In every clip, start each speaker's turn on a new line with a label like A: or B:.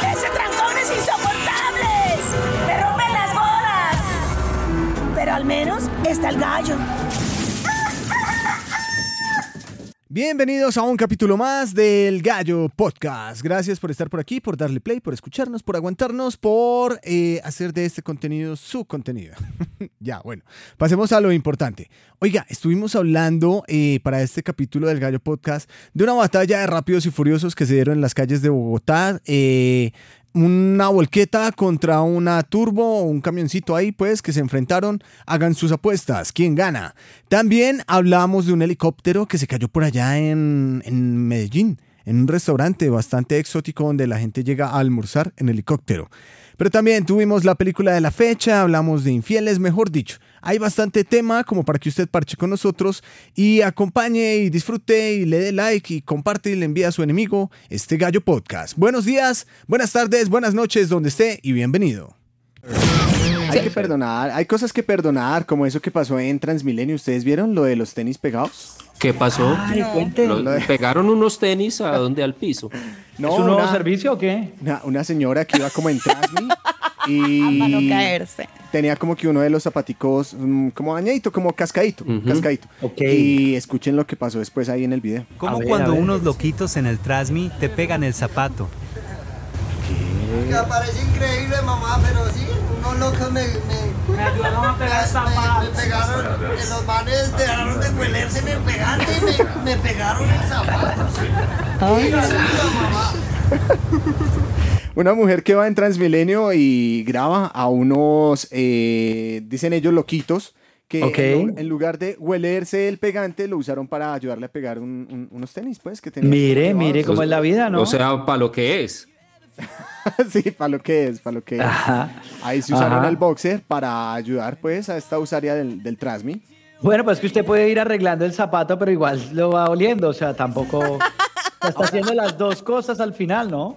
A: ¡Ese trancón es insoportable! ¡Me rompen las bolas! Pero al menos está el gallo.
B: Bienvenidos a un capítulo más del Gallo Podcast. Gracias por estar por aquí, por darle play, por escucharnos, por aguantarnos, por eh, hacer de este contenido su contenido. ya, bueno, pasemos a lo importante. Oiga, estuvimos hablando eh, para este capítulo del Gallo Podcast de una batalla de rápidos y furiosos que se dieron en las calles de Bogotá. eh, una volqueta contra una turbo o un camioncito ahí, pues, que se enfrentaron. Hagan sus apuestas, ¿quién gana? También hablamos de un helicóptero que se cayó por allá en, en Medellín, en un restaurante bastante exótico donde la gente llega a almorzar en helicóptero. Pero también tuvimos la película de la fecha, hablamos de infieles, mejor dicho. Hay bastante tema como para que usted parche con nosotros y acompañe y disfrute y le dé like y comparte y le envía a su enemigo este gallo podcast. Buenos días, buenas tardes, buenas noches, donde esté y bienvenido.
C: Hay que perdonar, hay cosas que perdonar, como eso que pasó en Transmilenio. ¿Ustedes vieron lo de los tenis pegados?
D: ¿Qué pasó? Lo- pegaron unos tenis a donde al piso.
C: No,
E: ¿Es un nuevo
C: una,
E: servicio o qué?
C: una- una señora que iba como en Transmi y
F: Para no caerse.
C: tenía como que uno de los zapaticos mm, como dañadito, como cascadito, cascadito.
E: Ok.
C: Y escuchen lo que pasó después ahí en el video.
G: Como
E: A ver,
G: cuando
E: a ver.
G: unos loquitos en el Trasmi te pegan el zapato.
H: Me parece increíble, mamá, pero sí, unos locos me, me, me- me pegaron, que los manes dejaron de huelerse, me pegaron y me, me pegaron el zapato.
C: Una mujer que va en Transmilenio y graba a unos, eh, dicen ellos, loquitos, que
E: Ok.
C: en, lu- en lugar de huelerse el pegante, lo usaron para ayudarle a pegar un- un- unos tenis, pues, que tenía.
E: Mire, mire
C: como
E: cómo es la vida, ¿no?
D: O sea, para lo que es.
C: sí, para lo que es, para lo que es.
E: Ajá.
C: Ahí se usaron
E: Ajá.
C: el boxer para ayudar, pues, a esta usaria del, del Trasmi.
E: Bueno, pues que usted puede ir arreglando el zapato, pero igual lo va oliendo. O sea, tampoco. o sea, Está haciendo las dos cosas al final, ¿no?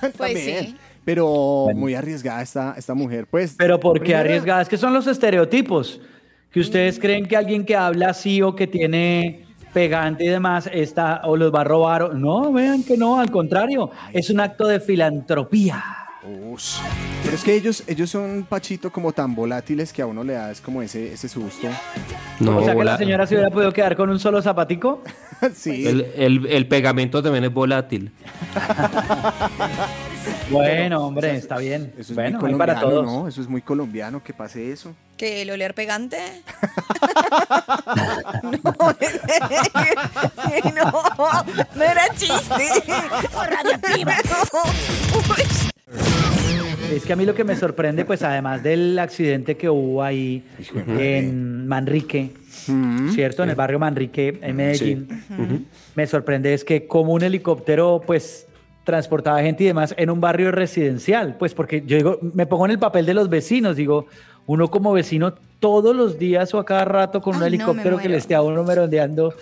F: Pues
C: También.
F: sí.
C: Pero muy arriesgada esta, esta mujer, pues.
E: Pero porque
C: Primera-
E: arriesgadas, que son los estereotipos. Que ustedes creen que alguien que habla así o que tiene pegante y demás está o los va a robar. o- No, vean que no, al contrario, es un acto de filantropía.
C: Ush. Pero es que ellos, ellos son, Pachito, como tan volátiles que a uno le da es como ese, ese susto.
D: No,
E: o sea que
D: vola-
E: la señora se hubiera podido quedar con un Pues, solo zapatico.
C: sí.
D: el, el- el pegamento también es volátil.
E: Bueno, hombre, está bien.
C: Eso es
E: bueno,
C: muy
E: hay para
C: colombiano,
E: todos.
C: ¿no? Eso es muy colombiano que pase eso.
F: ¿Que el oler pegante? no, no, no era chiste.
A: Radioactiva.
F: Uy,
E: Es que a mí lo que me sorprende, pues además del accidente que hubo ahí en Manrique, ¿cierto? En el barrio Manrique, en Medellín, me sorprende es que como un helicóptero, pues transportaba gente y demás en un barrio residencial, pues porque yo digo, me pongo en el papel de los vecinos, digo, uno como vecino todos los días o a cada rato con un
F: Ay, no, me
E: helicóptero que le
F: muero.
E: esté a uno merodeando,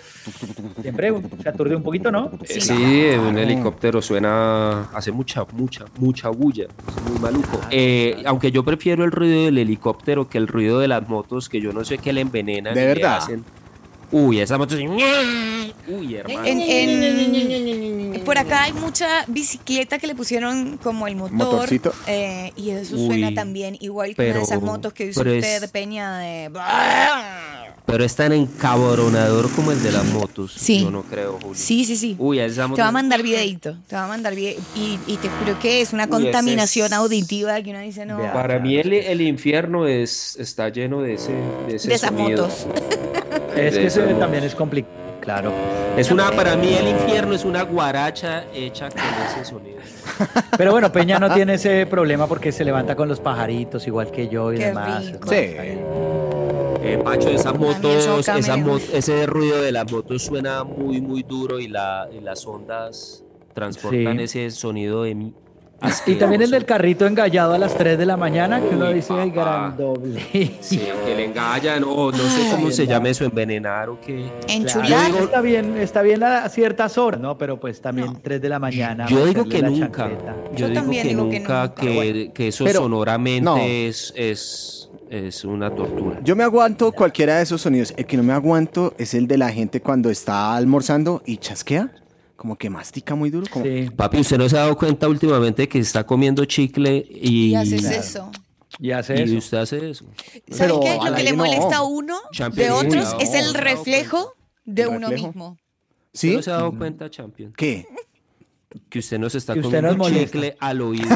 E: siempre se aturde un poquito, ¿no?
D: Sí, un helicóptero suena, hace mucha, mucha, mucha bulla. Es muy maluco. Eh, aunque yo prefiero el ruido del helicóptero que el ruido de las motos, que yo no sé qué le envenenan.
C: ¿De
D: y le
C: verdad?
D: hacen. Uy, esas motos. Uy, hermano.
F: En, en- por acá hay mucha bicicleta que le pusieron como el motor.
C: Motorcito.
F: eh, y eso suena
D: Uy,
F: también igual que una
D: pero-
F: de esas motos que dice
D: pero
F: usted,
D: es-
F: Peña, de...
D: Pero es tan encabronador como el de las motos.
F: Sí.
D: Yo no creo, Julio.
F: Sí, sí, sí.
D: Uy, a esa moto-
F: Te va a mandar videito, te va a mandar videito. Y, y te juro que es una
D: Uy, ese
F: contaminación
D: es-
F: auditiva que uno dice, no.
D: Para mí el, el infierno es, está lleno de ese, de ese
F: De esas
D: sonido.
F: motos.
E: Es que eso
D: esas motos.
E: también es complicado. Claro.
D: Es una, para mí el infierno es una guaracha hecha con ese sonido.
E: Pero bueno, Peña no tiene ese problema porque se levanta con los pajaritos igual que yo y
F: Qué
E: demás. hermano,
F: rico.
C: Sí.
E: está bien.
D: Eh, Pacho, esas motos,
F: choca,
D: esas
F: me-
D: mo- ese ruido de las motos suena muy, muy duro y, la, y las ondas transportan
E: Sí.
D: ese sonido de mí.
E: Y también el del
D: asqueroso.
E: carrito engallado a las 3 de la mañana, que uno
D: Uy,
E: dice, ay,
D: papá.
E: gran doble.
D: Sí, que le engañan, o no sé cómo se llama eso, envenenar o qué.
F: Enchular.
D: Yo digo-
E: está bien, está bien a ciertas horas, ¿no? Pero pues también 3 de la mañana.
D: Yo digo
E: meterle
D: que
E: la
D: nunca.
E: chancleta.
F: Yo
D: Yo digo
F: también
D: que
F: digo que
D: nunca,
F: nunca.
D: que, que eso
C: Pero,
D: sonoramente
C: no.
D: es, es, es una tortura.
C: Yo me aguanto cualquiera de esos sonidos. El que no me aguanto es el de la gente cuando está almorzando y chasquea, como que mastica muy duro. Como...
E: Sí,
D: Papi, ¿usted no se ha dado cuenta últimamente que está comiendo chicle y,
F: Y haces eso.
E: y hace
D: y
E: eso.
D: usted hace eso?
F: ¿Sabes
C: Pero
F: qué?
C: a
F: Lo que
C: nadie
F: le
C: no.
F: molesta a uno de
D: Champions
F: otros
D: League,
F: es
D: no,
F: el
D: no, pues,
F: reflejo de
C: ¿El
F: uno
C: reflejo?
F: mismo.
D: ¿Usted
C: ¿Sí?
D: no se ha dado cuenta, Champion?
C: ¿Qué?
D: Que usted nos está
E: Mm. Que usted
D: comiendo
E: nos molesta.
D: chicle al oído.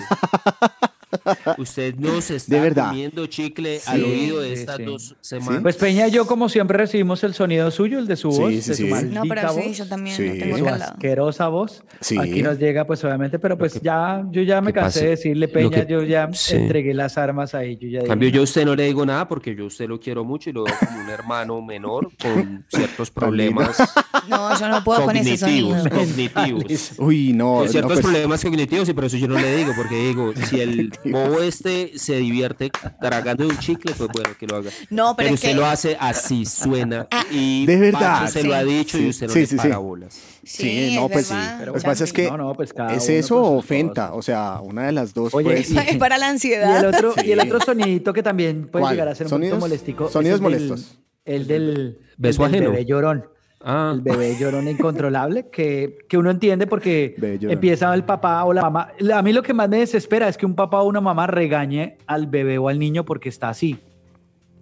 D: usted nos está
C: De verdad.
D: comiendo chicle al
E: Sí,
D: oído de
E: sí,
D: estas
E: sí.
D: dos semanas.
E: Pues Peña y yo, como siempre, recibimos el sonido suyo, el de su
C: Sí,
E: voz,
C: sí,
E: de su
C: sí.
E: maldita
F: No, pero sí,
E: voz,
F: yo también
C: Sí.
F: lo tengo
E: su
F: acá al lado.
E: asquerosa voz.
C: Sí.
E: Aquí nos llega, pues obviamente, pero pues ya, yo ya me
D: que
E: cansé
D: pasa-
E: de decirle,
D: lo
E: Peña,
D: que-
E: yo ya
D: sí.
E: entregué las armas ahí, yo ya
D: En
E: dije,
D: cambio, yo a usted no le digo nada porque yo a usted lo quiero mucho y lo veo como un hermano menor con ciertos problemas
F: No, yo no puedo con ese sonido.
D: cognitivos. cognitivos.
C: Uy, no.
D: Con
C: no,
D: ciertos
C: pues,
D: problemas cognitivos y por eso yo no le digo, porque digo, si el bobo este se divierte tragando un chicle, pues bueno, que lo haga.
F: No, pero es
D: usted
F: que-
D: lo hace así, suena. Y
C: De verdad.
D: Pacho se lo ha
F: Sí.
D: dicho
C: Sí,
D: y usted no
C: sí,
D: le
C: sí, sí.
D: para bolas.
C: sí,
F: es
C: no, pues sí. Lo
F: verdad,
C: que pasa es
F: Champions.
C: que
E: No, no, pues cada
C: es
E: uno
C: eso
E: con sus
C: o fenta.
E: cosas.
C: O sea, una de las dos.
E: Oye,
C: pues,
E: y-
F: Es para la
E: Y el
F: ansiedad.
E: otro, y el
C: Sí.
E: otro sonidito que también puede
C: ¿Cuál?
E: llegar a ser un
C: ¿Sonidos?
E: poquito molestico. es
C: Sonidos
E: el del-
C: molestos.
E: el del,
D: Beso
E: el del
D: ajeno.
E: bebé llorón.
D: Ah,
E: El bebé llorón incontrolable que, que uno entiende porque
C: Bebé llorón.
E: empieza el papá o la mamá. A mí lo que más me desespera es que un papá o una mamá regañe al bebé o al niño porque está así.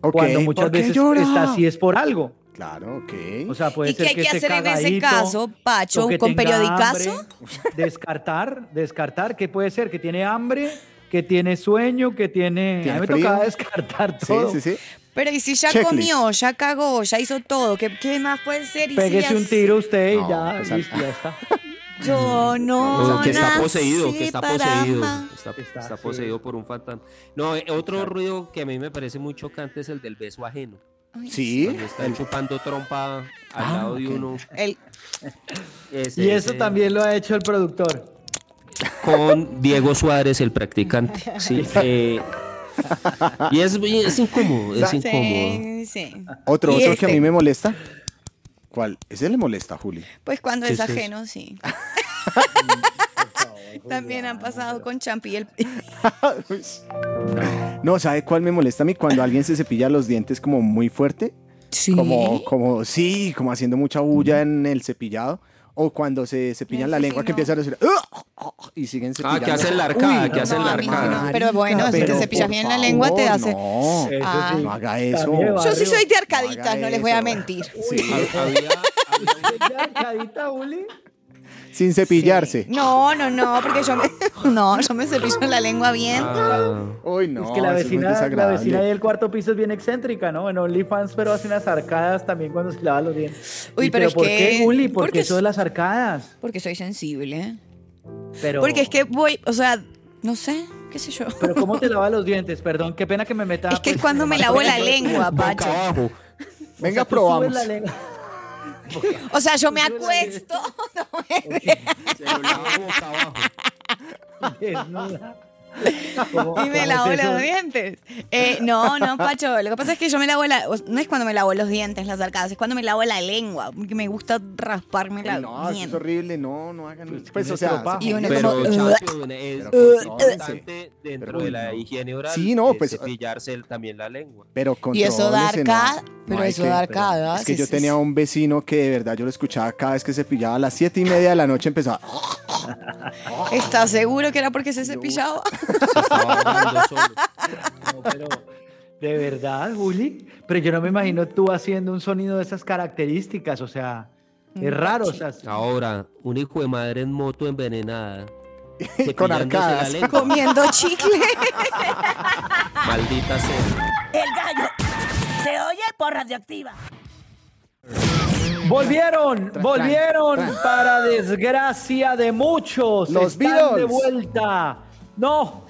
C: ok,
E: Cuando muchas
C: ¿por qué
E: veces
C: llora?
E: está así es por algo.
C: Claro, ok.
E: O sea, puede
F: ¿Y
E: ser
F: qué hay
E: que
F: que
E: esté
F: hacer en ese
E: cagadito,
F: caso, Pacho?
E: o que
F: ¿Con
E: tenga
F: periodicazo?
E: hambre. descartar, descartar. ¿Qué puede ser? Que tiene hambre, que tiene sueño, que tiene.
C: ¿Tiene
E: A mí me
C: frío?
E: tocaba descartar
C: sí,
E: todo.
C: sí, sí.
F: Pero ¿y si ya
C: Checklist.
F: comió, ya cagó, ya hizo todo? ¿Qué, qué más puede ser? ¿Y si
E: Péguese un
F: as-
E: tiro usted y
C: No,
E: ya,
C: pues, al-
E: listo, ya está.
F: Yo no.
D: No, que está
F: nací
D: poseído, que está
F: para
D: poseído.
F: amar.
D: Está,
E: Está,
D: está
E: sí.
D: poseído por un fantasma. No, eh, otro ruido que a mí me parece muy chocante es el del beso ajeno.
C: Sí. Ah,
D: Cuando están chupando trompa al lado de uno.
F: El-
D: Ese-
C: Eh,
E: Y eso
D: ese-
E: también lo ha hecho el productor.
D: Con Diego Suárez, el practicante. Sí, eh, y es, y es incómodo, es incómodo.
F: sí, sí.
C: Otro,
F: Y
C: otro
F: este,
C: que a mí me molesta. ¿Cuál? Ese le molesta, Juli.
F: Pues cuando
D: Sí,
F: es
D: sí, sí.
F: ajeno, sí. También han pasado con Champi y el...
C: No, ¿sabe cuál me molesta a mí? Cuando alguien se cepilla los dientes como muy fuerte.
F: Sí.
C: Como, como, sí, como haciendo mucha bulla en el cepillado. O cuando se cepillan
F: No,
C: la
F: eso sí
C: lengua que
F: no.
C: empiezan a decir "Ugh", y siguen
D: Ah,
C: cepillando.
D: que hacen la arcada,
C: Uy,
D: que hacen
F: no,
D: la
F: a mí sí
D: arcada.
F: no. Pero bueno, si te
C: pero
F: cepillas
C: por
F: bien la lengua, te hace-
C: No,
E: Eso
F: Ah.
E: sí.
C: Oh, no haga eso.
E: También va.
F: Yo sí
E: Arriba.
F: soy de
C: No
F: arcaditas,
C: haga
F: no les voy a
C: eso.
F: mentir.
C: Sí,
D: Había- había-
E: Arcadita, Uli.
C: sin cepillarse.
F: No, no, no, porque yo me, no, yo me cepillo la lengua bien.
D: Ah,
C: Uy, no.
E: es que la
C: eso muy
E: vecina, la
C: desagradable.
E: vecina ahí del cuarto piso es bien excéntrica, ¿no? En OnlyFans, pero hace unas arcadas también cuando se lava los dientes.
F: Uy,
E: Y,
F: pero es
E: ¿por
F: que-
E: qué, Uli? ¿Por
F: porque
E: qué eso
F: es-
E: de las arcadas?
F: Porque soy sensible.
E: Pero,
F: Porque es que voy, o sea, no sé, qué sé yo.
E: ¿Pero cómo te lava los dientes? Perdón, qué pena que me meta.
F: Es que
E: pues,
F: cuando me
E: más
F: lavo la
E: profundo.
F: lengua, Pacho.
D: boca abajo.
C: Venga,
E: Tú subes
C: probamos.
E: la lengua.
F: O sea, yo me acuesto.
D: Se
H: Ah,
D: lo lava boca abajo.
E: desnuda. ¿Cómo-
F: Y me
E: cómo
F: lavo
E: es eso?
F: los dientes. Eh, no, no, Pacho. Lo que pasa es que yo me lavo la. o- No es cuando me lavo los dientes, las arcadas, es cuando me lavo la lengua. Porque me gusta rasparme la
C: No, eso es
F: lengua.
C: horrible. No, no hagan. Pues,
E: no
C: o
E: es
C: sea,
E: tropa.
F: Y uno
D: Pero,
F: como.
D: Champion, es
C: Pero
D: importante dentro
C: Pero
D: de
C: uy,
D: la
C: no.
D: higiene oral
C: Sí, no,
D: eh,
C: pues,
D: cepillarse el- también la lengua.
C: pero
F: Y eso da
C: contrólese, no.
F: arcada.
C: No
F: Pero
C: hay
F: eso
C: que-
F: da arcada.
C: Es que yo tenía un vecino que de verdad yo lo escuchaba cada vez que cepillaba a las siete y media de la noche empezaba.
F: ¿Estás seguro que era porque se cepillaba?
D: Se estaba ahogando solo.
E: No, pero, De verdad, Juli. Pero yo no me imagino tú haciendo un sonido de esas características. O sea,
F: Mm,
E: es raro. O sea,
D: Ahora, un hijo de madre en moto envenenada.
C: Con
D: cepillándose la
C: arcadas.
D: lengua.
F: Comiendo chicle.
D: Maldita sea.
A: El gallo se oye por radioactiva.
E: Volvieron, volvieron para desgracia de muchos.
C: Los
E: Están de
C: Beatles.
E: vuelta. No,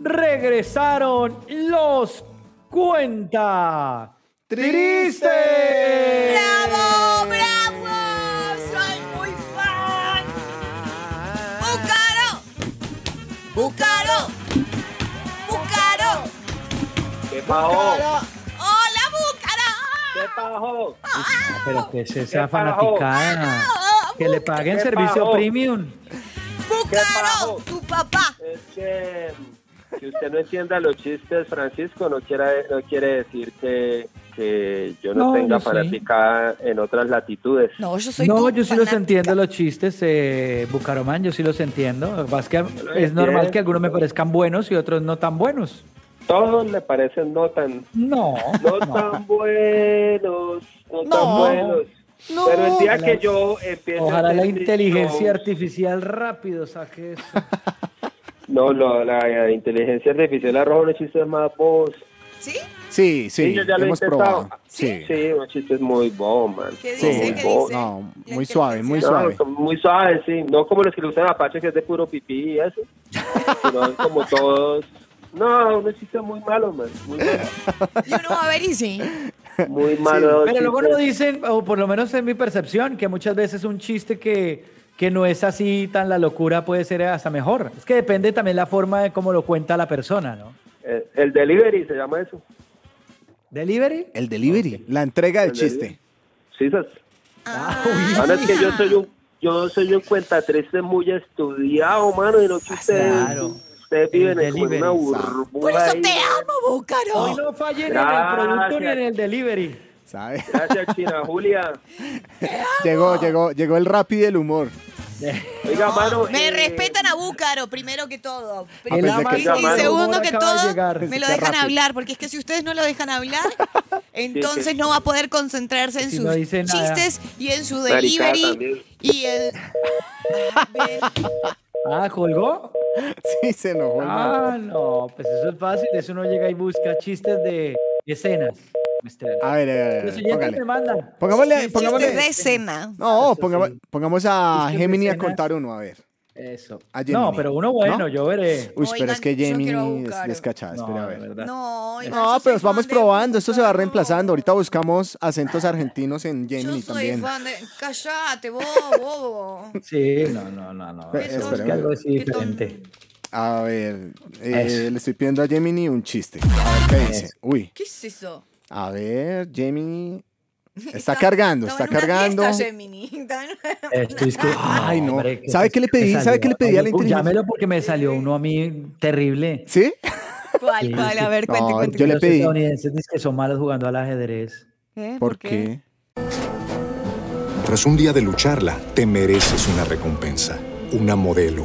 E: regresaron los cuenta. ¡Triste!
F: ¡Bravo, bravo! ¡Soy muy fan! ¡Búcaro! ¡Búcaro! ¡Búcaro!
E: ¡Qué pajo!
F: ¡Hola, Búcaro!
E: pajo! Pero que es esa fanaticada. Que le paguen
F: ¡Qué
E: servicio
D: pajo!
E: premium.
F: ¡Búcaro! ¡Tu papá!
D: Es
E: Este,
D: que si usted no entienda los chistes, Francisco, no, quiera, no quiere decir que, que yo
E: no No, tenga yo sé. fanaticada
D: en otras latitudes.
F: No, yo soy
E: No,
F: tu
E: yo sí los
F: fanática.
E: entiendo los chistes, eh, Bucaramán, yo sí los entiendo. Lo que pasa es que es normal que algunos me parezcan buenos y otros no tan buenos.
D: Todos le parecen no tan,
E: No,
D: no
E: no.
D: tan buenos, no,
E: No,
D: tan buenos.
E: no.
D: Pero el día
E: Ojalá-
D: que yo empiece
E: Ojalá
D: a
E: la
D: hacer
E: inteligencia
D: shows-
E: artificial rápido saque eso.
D: No, no, la, eh, inteligencia artificial arroja unos chistes más bobos.
F: ¿Sí?
C: Sí, sí,
D: Sí, yo ya lo he
C: hemos
D: intentado.
C: probado.
D: Sí,
C: Sí.
D: unos chistes muy bobos, man.
F: ¿Qué
C: Sí.
F: dice? ¿Qué
D: Bo-
F: dice?
C: No,
F: La
C: muy suave, muy
F: inteligencia.
D: No,
C: suave.
D: como muy suave, sí. No como los que lo usan Apache, que es de puro pipí y eso. Sino como todos. No, unos chistes muy malos, man. Muy malos.
F: Y uno va a ver y sí.
D: Muy malos
E: Pero luego no
C: pues.
D: chistes.
E: dicen, o por lo menos en mi percepción, que muchas veces un chiste que, que no es así tan la locura puede ser hasta mejor. Es que depende también la forma de cómo lo cuenta la persona, ¿no?
D: Eh, El delivery se llama eso.
E: ¿Delivery?
C: El delivery, la entrega del
D: El
C: chiste.
D: Sí, esas.
E: Ah,
D: Mano, es que yo soy un, yo soy un cuenta triste muy estudiado, mano,
C: Ah,
D: y no que ustedes,
E: claro.
D: ustedes viven en como una
E: delivery,
C: sabe.
D: burbuja.
F: Por eso
D: ahí.
F: te amo,
E: Hoy
F: Búcaro.
E: no fallen
D: Gracias.
E: en el producto ni en el delivery.
C: ¿Sabe?
D: Gracias, China Julia.
C: Llegó, llegó, llegó el rap y el humor.
D: Oiga, mano.
F: Me
D: eh,
F: respetan a Búcaro, primero que todo.
C: Ah, pensé
F: Primero
C: que-
F: y
D: Mano,
F: segundo
E: ahora
F: que
E: acaba de
F: todo,
E: llegar.
F: me lo
C: Pensé que
F: dejan
C: rápido.
F: hablar, porque es que si ustedes no lo dejan hablar,
D: Sí,
F: entonces
D: sí.
F: no va a poder concentrarse en
E: Si
F: sus
E: no dice nada.
F: chistes y en su
D: Maricada
F: delivery
D: también.
F: y el... Ah, ve.
E: Ah, ¿colgó?
C: Sí, se enojó. el man.
E: Ah, no, pues eso es fácil. Eso uno llega y busca chistes de escenas. Mr.
C: A ver, a ver, a ver,
E: Los oyentes
C: póngale.
E: me mandan.
C: Pongámosle,
F: Chistes de
C: pongámosle.
F: escena.
C: No,
E: Eso
C: pongamos,
E: sí.
C: Oh, pongamos a
E: Es que
C: Gemini a
E: escena-
C: contar uno, a ver.
E: Eso.
C: A
E: No,
C: Gemini.
E: pero uno bueno,
C: ¿No?
E: yo veré.
C: Uy, pero es que
F: Oigan, yo quiero
C: Gemini es
F: buscar-
C: descachada, espera a
E: No, de
C: ver.
E: verdad.
F: No, oigan,
C: No,
F: yo
C: pero
F: soy
C: vamos
F: fan de
C: probando, esto se va
F: Búcaro.
C: reemplazando. Ahorita buscamos acentos argentinos en
F: Yo
C: Gemini
F: soy
C: también.
F: fan de... Cállate, vos, bobo.
E: Sí, no, no, no, no.
C: Pero,
E: eso es
C: espera,
E: que algo así
F: qué ton-
E: diferente.
C: A ver, eh,
E: Eso.
C: le estoy pidiendo a Gemini un chiste. A ver qué dice. Uy,
F: ¿Qué es eso?
C: a ver, Gemini. Está cargando,
F: estaba
C: está
F: en una
C: cargando.
F: fiesta, Gemini. Estaba en una-
E: Estoy escu-
C: Ay, no.
E: hombre,
C: ¿Sabe qué le pedí?
E: Pues, me
C: ¿Sabe qué le
E: salió?
C: pedí a la
E: Uy,
C: inteligencia?
E: Llámelo porque me salió uno a mí terrible.
C: ¿Sí?
F: ¿Cuál,
E: Sí,
F: cuál?
E: sí.
F: A ver, cuente,
C: No,
F: cuente.
C: yo le
E: Los
C: pedí.
E: estadounidenses dicen que son malos jugando al ajedrez.
F: ¿Eh?
C: ¿Por qué?
I: Tras un día de lucharla, te mereces una recompensa, una modelo,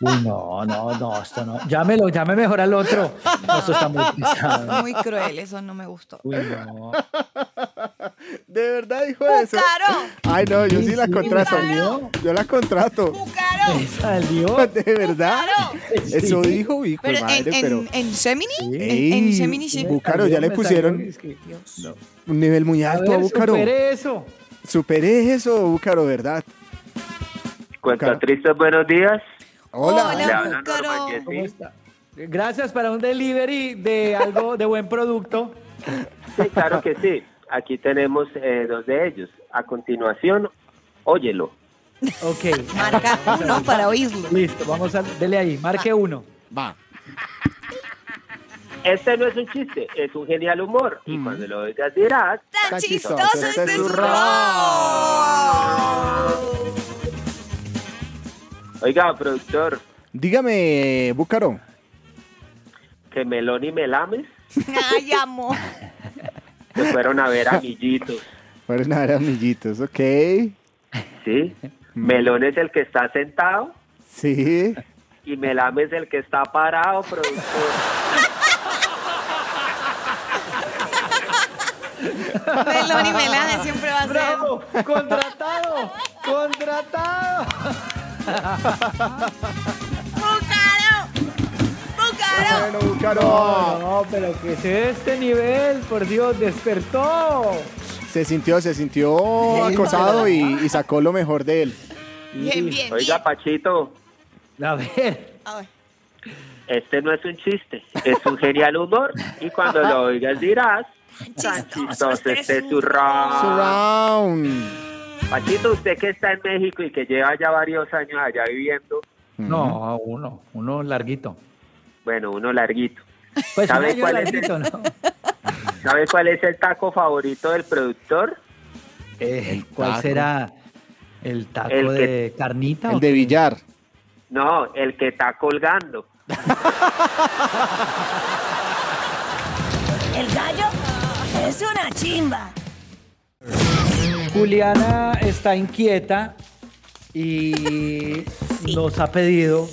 E: Uy, no, no, no, esto no. Llámelo, llame mejor al otro. No, esto está muy pesado.
F: Muy cruel, eso no me gustó.
E: Uy, no.
C: ¿De verdad dijo
F: ¡Oh,
C: eso?
F: ¡Búcaro!
C: Ay, no, yo sí la
E: Sí,
C: contrato.
E: claro.
C: Yo la contrato.
F: ¡Búcaro!
E: Me salió.
C: ¿De verdad? Ah, Eso dijo, hijo de
F: Pero en,
C: madre,
F: en,
C: pero.
F: ¿en Gemini?
C: Ey,
F: en, en Gemini sí.
C: bu- Búcaro, ya le
E: Me salió,
C: pusieron-
E: es que- No.
C: Un nivel muy
E: A
C: alto a
E: ver,
C: Búcaro.
E: supere eso.
C: Superé eso, Búcaro, ¿verdad?
D: Cuenta tristes, buenos días.
C: Hola.
D: Le
F: Hola,
D: habla Norma
F: Búcaro.
E: ¿Cómo
D: Jessy.
E: está? Gracias para un delivery de algo, de buen producto.
D: Sí, claro que sí. Aquí tenemos eh, dos de ellos. A continuación, óyelo.
E: Ok.
F: Marca uno para oírlo.
E: Listo, vamos a. Dele ahí, marque uno.
C: Va.
D: Este no es un chiste, es un genial humor. Y cuando lo oigas dirás,
F: Mm. tan chistoso este es rock.
D: Oiga, productor,
C: Dígame, Búcaro.
D: que Melón y Melames
F: Ay, amo.
D: se fueron a ver amiguitos,
C: Fueron a ver amiguitos, ok.
D: ¿sí?
F: Mm.
D: Melón es el que está sentado
C: Sí.
D: y Melame es el que está parado, productor.
F: Melón y Melada siempre va a ser.
E: ¡Bravo! ¡Contratado! ¡Contratado!
F: ¡Búcaro! ¡Búcaro!
C: Bueno, Búcaro.
E: No, pero que es este nivel, por Dios, despertó.
C: Se sintió, se sintió acosado y, y sacó lo mejor de él.
F: Bien, bien, bien.
D: Oiga, Pachito,
E: A ver,
F: A ver.
D: este no es un chiste, es un genial humor y cuando lo oigas dirás, tan
F: Chistoso
D: chistoso
F: este
D: este
F: es
D: su rock.
C: Surround.
D: Pachito, usted que está en México y que lleva ya varios años allá viviendo,
E: no, uno, uno larguito.
D: bueno, uno larguito.
E: Pues un
D: ¿Sabe
E: año
D: cuál es el-
E: larguito, ¿no?
D: ¿Sabes cuál es el taco favorito del productor?
E: Eh, ¿Cuál
C: taco.
E: será? ¿El taco
D: El que-
E: de carnita? o
C: El de billar.
D: No, el que está colgando.
A: El gallo es una chimba.
E: Juliana está inquieta y nos ha pedido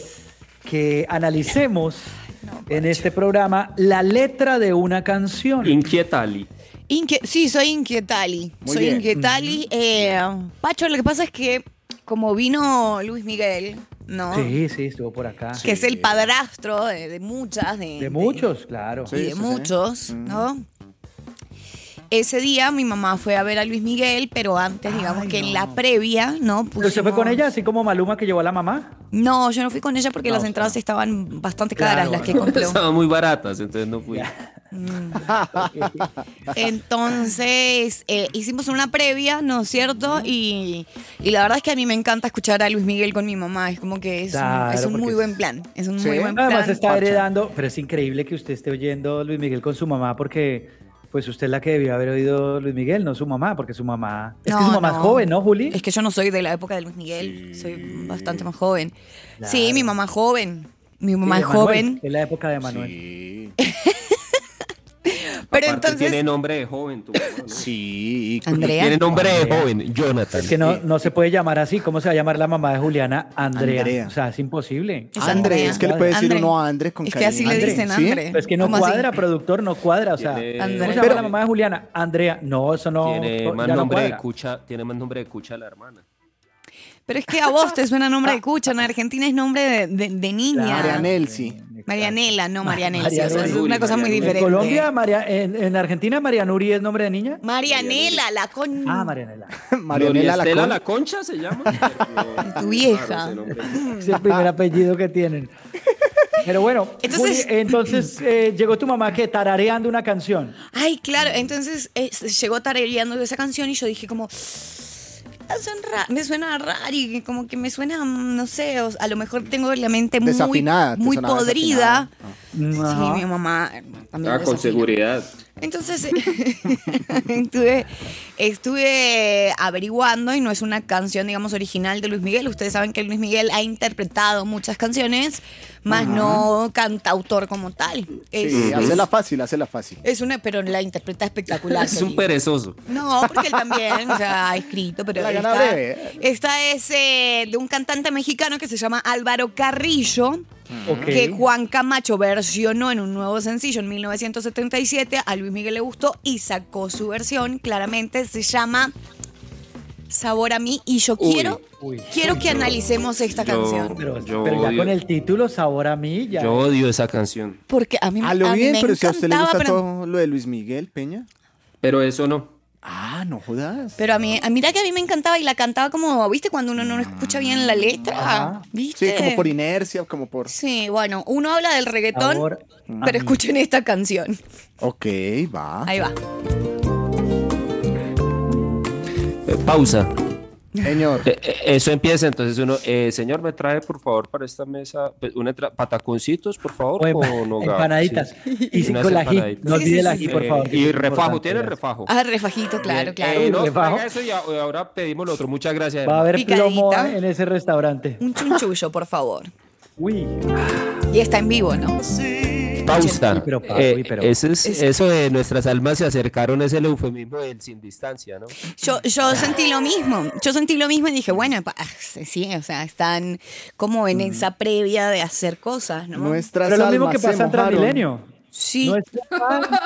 E: que analicemos en este programa la letra de una canción.
D: Inquietali.
F: Inque- sí, soy inquietali.
C: Muy
F: soy
C: bien.
F: inquietali. Eh, Pacho, lo que pasa es que como vino Luis Miguel, ¿no?
E: Sí, sí, estuvo por acá.
F: Que es el padrastro de, de muchas. De,
E: De muchos, claro.
F: y de
C: sí, sí.
F: muchos, ¿no? Ese día mi mamá fue a ver a Luis Miguel, pero antes, digamos que en la previa, ¿no?
E: ¿Pero se fue
F: Pusimos-
E: con ella, así como Maluma que llevó a la mamá?
F: No, yo no fui con ella porque
E: ¿Ah? No, o
F: las
E: sea,
F: entradas estaban bastante
E: claro,
F: caras las que compró.
D: muy baratas, entonces no fui.
F: Entonces, eh, hicimos una previa, ¿no es cierto? Y, y la verdad es que a mí me encanta escuchar a Luis Miguel con mi mamá. Es como que es
E: Claro,
F: un, es un
E: porque
F: muy
E: es-
F: buen plan. Es un
C: Sí.
F: muy buen plan.
E: Además está
F: Parcha.
E: heredando, pero es increíble que usted esté oyendo Luis Miguel con su mamá porque pues usted es la que debió haber oído Luis Miguel, no su mamá, porque su mamá... Es que
F: No,
E: su mamá
F: no.
E: es joven, ¿no, Juli?
F: Es que yo no soy de la época de Luis Miguel. Soy bastante más joven. Sí, mi mamá es joven. Mi mamá
E: Sí,
F: es
E: de Manuel,
F: joven.
E: Es la época de Manuel.
C: Sí,
F: Pero entonces.
D: Tiene nombre de joven, tu mamá, ¿no?
C: sí.
F: Andrea.
D: nombre de joven, Jonathan.
E: Es que no, no se puede llamar así. ¿Cómo se va a llamar la mamá de Juliana? Andrea.
C: Andrea.
E: O sea, es imposible.
F: Es
C: André,
F: Andrea.
C: es que le puede decir
F: André.
C: uno a André con
F: Es que
C: cariño.
F: así le
C: André,
F: dicen
C: ¿sí?
F: André.
E: Pues que no
F: ¿Cómo así?
E: cuadra, productor, no cuadra. O sea,
D: Tiene-
E: ¿cómo se
F: Andrea.
E: llama la mamá de Juliana? Andrea. No, eso no.
D: Tiene
E: no-
D: más
E: ya no
D: nombre de
E: cuadra.
D: cucha, tiene más nombre de cucha la hermana.
F: Pero es que a vos te suena nombre de cucha. En Argentina es nombre de, de- de niña.
C: María Nelsi.
F: Marianela,
E: Ah,
F: no Marianela.
E: María
F: o sea, es
E: Nuri,
F: una cosa muy
D: María
F: diferente.
E: En Colombia, María, en, en Argentina, María Nuri es nombre de niña.
F: Marianela, la con.
E: Ah, Marianela.
C: Marianela
D: Gloria Estela
C: Lacón.
D: la concha se llama. Pero-
F: Tu vieja.
D: Claro, ese nombre.
E: Es el primer apellido que tienen. Pero bueno,
F: Entonces-
E: entonces, entonces eh, llegó tu mamá que tarareando una canción.
F: Ay, claro. Entonces eh, llegó tarareando esa canción y yo dije como. "Ah, son ra- me suena raro y como que me suena, mm, no sé, o- a lo mejor tengo la mente muy,
C: Desafinada, te
F: muy
C: sonaba
F: podrida.
E: Ajá.
F: Sí, mi mamá eh, también.
D: Ah, con
F: desafina.
D: seguridad.
F: Entonces estuve, estuve averiguando y no es una canción, digamos, original de Luis Miguel. Ustedes saben que Luis Miguel ha interpretado muchas canciones, más no cantautor como tal. Es,
C: Sí, hacela fácil, hacela fácil.
F: es una, pero la interpreta espectacular.
D: Es un
F: querido.
D: perezoso.
F: No, porque él también o sea, ha escrito, pero
C: La gana
F: esta,
C: breve.
F: esta es eh, de un cantante mexicano que se llama Álvaro Carrillo,
C: Mm.
E: Ok.
F: que Juan Camacho versionó en un nuevo sencillo en 1977, a Luis Miguel le gustó y sacó su versión, claramente se llama Sabor a mí y yo
D: Uy,
F: quiero,
E: uy.
F: quiero que analicemos esta
D: yo-
F: canción.
E: Pero,
D: Yo
E: pero ya
D: odio-
E: con el título Sabor a mí, ya.
D: Yo odio esa canción.
F: Porque a mí,
C: A Ah, lo
F: mí
C: bien,
F: me
C: pero si a usted le
F: encantaba,
C: gusta
F: pero-
C: todo lo de Luis Miguel, Peña.
D: Pero eso no.
C: Ah, no jodas.
F: Pero a mí, a- mira que a mí me encantaba y la cantaba como, ¿viste? Cuando uno no escucha bien la letra, ¿viste?
C: Mm. Sí, como por inercia, como por...
F: Sí, bueno, uno habla del reggaetón,
E: Sabor a
F: pero
E: mí.
F: escuchen esta canción.
C: Mm. Ok, va.
E: Ah.
F: Ahí va.
D: pausa.
C: Señor.
D: Eh, eh, Eso empieza, entonces uno, eh, señor, me trae por favor para esta mesa pues, una tra- pataconcitos, por favor,
E: O empa-
D: con hogar,
E: empanaditas.
D: sí.
E: Y sí,
D: Unas
E: con la ají.
D: empanaditas.
E: No
F: Sí, sí,
E: olvide la
F: sí,
E: ají,
F: sí.
E: por favor. que
D: Y
E: es
D: refajo,
E: importante,
D: tiene
E: gracias.
D: refajo.
F: Ah, refajito, claro,
D: Bien,
F: claro.
D: eh, no,
E: refajo.
D: traiga eso y a- ahora pedimos lo otro. Muchas gracias.
E: Va a
D: hermano.
E: haber
F: Picadita.
E: plomo en ese restaurante.
F: Un chunchullo, por favor.
E: Uy.
F: Y está en vivo, ¿no?
D: Pausa.
E: Uy, pero, pa-
D: Eh,
E: uy, pero-
D: ese es-
F: Es-
D: Eso de nuestras almas se acercaron es el eufemismo del sin distancia, ¿no?
F: Yo,
C: Ah.
F: yo sentí lo mismo. Yo sentí lo mismo y dije, bueno, pa- ah, sí, o sea, están como en esa previa de hacer cosas, ¿no?
C: Nuestras
E: Mm. Pero es lo mismo que
C: almas se
E: pasa en
C: mojaron.
E: Transmilenio.
F: Sí,
E: No es-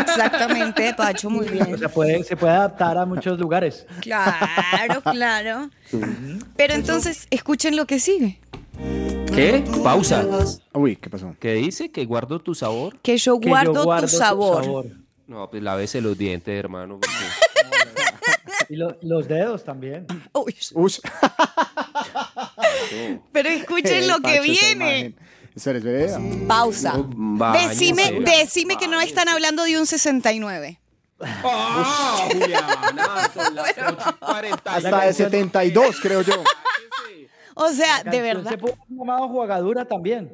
F: exactamente, Pacho, muy
E: o
F: bien.
E: sea, puede- se puede adaptar a muchos lugares.
F: Claro, claro. Pero entonces, escuchen lo que sigue.
D: ¿Qué? Pausa.
C: Uy, ¿qué pasó?
D: ¿Qué dice? ¿Que guardo tu sabor?
F: Que yo
E: Que yo
F: guardo, tu sabor.
D: No, pues lávese los dientes, hermano. porque-
E: Y lo- los dedos también.
F: Uy,
C: Uy.
F: pero escuchen
C: Ey,
F: lo que
C: Oh. Pacho, esa
F: viene.
C: imagen. Espera, espera.
F: Pausa.
D: Oh, Baño,
F: decime,
D: sí.
F: decime que no están hablando de un 69.
D: ¡Ah, Juliana! Son las 8:40.
C: Hasta de 72, creo yo.
F: O sea, de
E: Canción
F: verdad.
E: Se puede haber llamado jugadura también.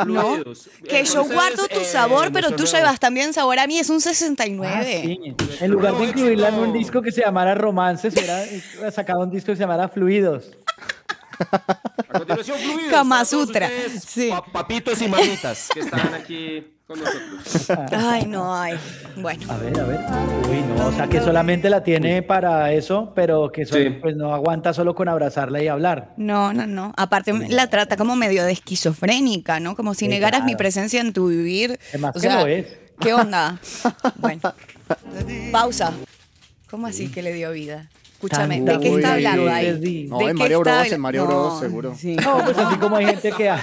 D: Fluidos.
F: Que yo
D: Entonces,
F: guardo tu
D: eh,
F: sabor, pero tú
D: nuestro
F: llevas también sabor a mí. Es un
E: Ah,
F: 69.
E: sí. En lugar de incluirla en un
D: éxito.
E: disco que se llamara Romances, hubiera hubiera sacado un disco que se llamara Fluidos.
D: nuevo- A continuación, fluidos.
F: Kama
D: para todos
F: Sutra,
D: ustedes,
F: sí.
D: pa- papitos y mamitas que están aquí con nosotros.
F: Ay, no, ay. Bueno.
E: A ver, a ver. Uy, no, o sea que solamente la tiene para eso, pero que sol-
D: Sí.
E: pues no aguanta solo con abrazarla y hablar.
F: No, no, no. Aparte, la trata como medio de esquizofrénica, ¿no? Como si
E: Sí,
F: negaras
E: claro.
F: mi presencia en tu vivir.
E: Además
F: O
E: que
F: sea,
E: lo es.
F: ¿Qué onda? bueno. Pausa. ¿Cómo así que le dio vida? Escúchame, ¿de
E: Tanta
F: qué
C: vida
F: está
C: yo
F: hablando
C: les
F: ahí?
E: di.
C: No,
F: ¿De
C: en
F: qué
C: Mario
F: está
C: Bros,
F: habla-
C: en Mario Bros, seguro.
F: sí.
E: No, pues así como hay gente que. ah,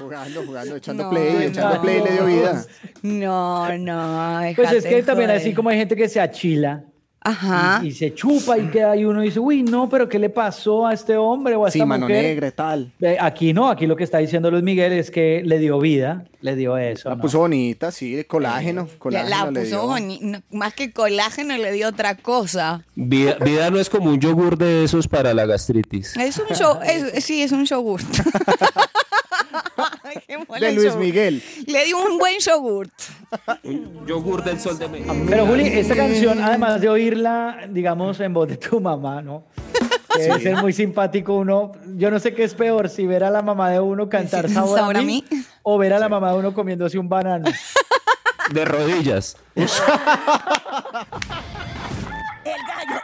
C: Jugando, jugando, echando
F: No,
C: play, echando
F: no.
C: play le dio vida.
F: No, no.
E: Pues es
F: déjate
E: que también
F: joder.
E: así como hay gente que se achila.
F: Ajá.
E: Y, y se chupa y queda ahí uno y dice, uy, no, pero ¿qué le pasó a este hombre o a esta
C: Sí, mano
E: mujer?
C: negra y tal.
E: Eh, Aquí no, aquí lo que está diciendo Luis Miguel es que le dio vida, le dio eso.
C: La
E: ¿no?
C: puso bonita, sí, de colágeno. colágeno
F: la
C: le
F: puso
C: dio.
F: boni- no, más que colágeno le dio otra cosa.
D: Vida, vida no es como un yogur de esos para la gastritis.
F: Es un show, es- sí, es un yogurt. Ay, qué mola
C: De
F: el
C: Luis
F: yogurt.
C: Miguel.
F: Le dio un buen yogurt.
D: Un yogur del sol de México.
E: Pero Juli, esta canción, además de oírla, digamos, en voz de tu mamá, ¿no? Que Debe ser muy simpático uno. Yo no sé qué es peor, si ver a la mamá de uno cantar
F: Sí,
E: sabor,
F: Sabor
E: a,
F: a
E: mí,
F: mí.
E: o ver a la mamá de uno comiéndose un banano.
D: De rodillas.
A: El gallo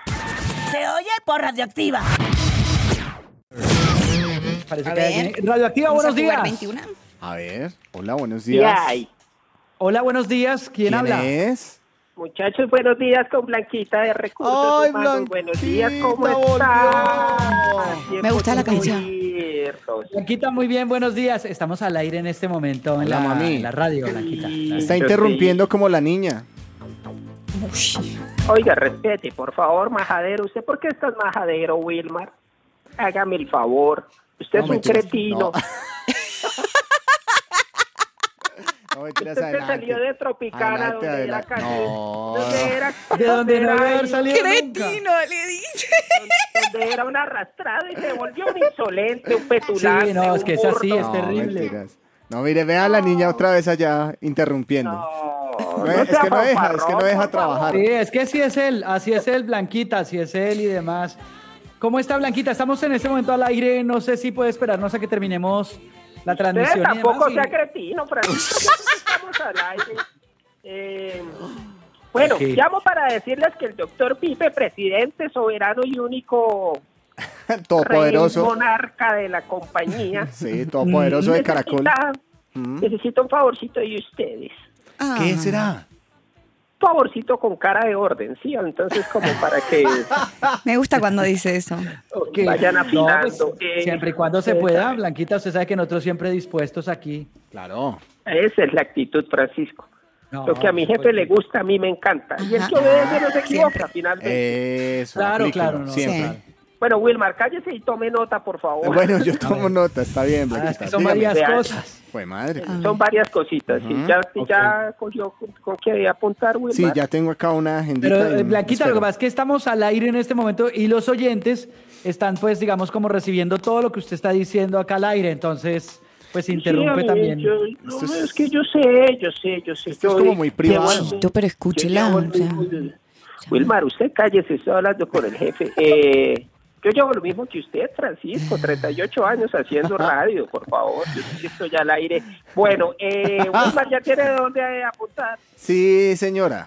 A: se oye por radioactiva.
E: Parece
F: A
E: que
F: ver.
E: alguien- Radioactiva,
F: Vamos a
E: buenos
F: jugar
E: días.
F: 21.
C: A ver, hola, buenos días.
E: Hola, buenos días. ¿Quién,
C: ¿Quién
E: habla?
C: es?
J: Muchachos, buenos días con Blanquita de Recursos Humanos. buenos días, ¿cómo
C: volvió.
J: estás?
F: Me gusta la
J: Tiempo sin
F: canción.
J: oírnos.
E: Blanquita, muy bien, buenos días. Estamos al aire en este momento en,
C: Hola,
E: la,
C: mami.
E: en la radio, Blanquita.
J: Sí.
C: Está interrumpiendo como la niña.
J: Oiga, respete, por favor, majadero. ¿Usted por qué es tan majadero, Wilmar? Hágame el favor. Usted
C: No,
J: es un
C: mentiras,
J: cretino.
C: no. No, mentiras,
J: Usted se
C: adelante.
J: salió de Tropicana,
C: Adelante,
J: donde era
C: adelante.
J: casi...
C: No.
J: Donde era,
E: De donde no debe haber salido nunca.
F: Cretino, le dice.
J: donde era una arrastrada y se volvió un insolente, un petulante,
E: Sí, no, es que es
J: un
E: así,
J: burdo.
E: es terrible.
C: mentiras. No, mire, vea a la niña otra vez allá interrumpiendo.
J: No,
C: No, ¿eh? es
J: sea
C: que no deja, es que no deja
J: fanfarrón, por favor.
C: trabajar.
E: Sí, es que así es él, así es él, Blanquita, así es él y demás. ¿Cómo está Blanquita? Estamos en este momento al aire, no sé si puede esperarnos a que terminemos la
J: Usted
E: transmisión. y
J: tampoco
E: demás, y-
J: sea cretino, Francisco. Estamos al aire. Eh, bueno,
E: Ok.
J: llamo para decirles que el doctor Pipe, presidente soberano y único rey
C: Todopoderoso.
J: monarca de la compañía,
C: Sí, todopoderoso de caracol. Mm.
J: necesita, necesita un favorcito de ustedes.
F: Ah,
C: ¿Qué será?
J: Un favorcito con cara de orden, ¿sí? Entonces, como para que
F: Me gusta cuando dice eso.
E: Ok. pues,
J: vayan afilando, eh,
E: siempre y cuando se
J: ustedes
E: pueda,
J: saben.
E: Blanquita, usted sabe que nosotros siempre dispuestos aquí.
C: Claro.
J: esa es la actitud, Francisco.
E: No,
J: Lo que a mi
E: pues,
J: jefe le gusta, a mí me encanta. Y el que obedece no se equivoca, finalmente.
C: Eso.
E: Claro,
C: aplíquelo,
E: claro, no,
C: siempre.
F: sí.
J: Bueno, Wilmar, cállese y tome nota, por favor.
C: Bueno, yo tomo nota, está
E: Ah,
C: bien. Blanquita,
J: que son
C: dígame.
J: varias Vean. cosas.
C: Pues madre.
J: Son varias cositas. sí.
C: Ujú,
J: ya, sí, ya cogió con, con qué apuntar, Wilmar.
C: Sí, ya tengo acá una agendita.
E: Pero, eh,
C: y-
E: Blanquita,
C: espero.
E: lo que pasa es que estamos al aire en este momento y los oyentes están, pues, digamos, como recibiendo todo lo que usted está diciendo acá al aire. Entonces, pues, interrumpe
J: Sí, a mí,
E: también.
J: yo- no, es, que yo sé, yo sé, yo sé. yo- yo-
F: Chiquito, pero escúchela. o sea.
J: Wilmar, usted cállese, estoy hablando con el jefe. Eh, yo llevo lo mismo que usted, Francisco, 38 años haciendo radio, por favor. Yo sí estoy al aire. Bueno, eh, Wilmar ya tiene dónde apuntar.
C: Sí, señora.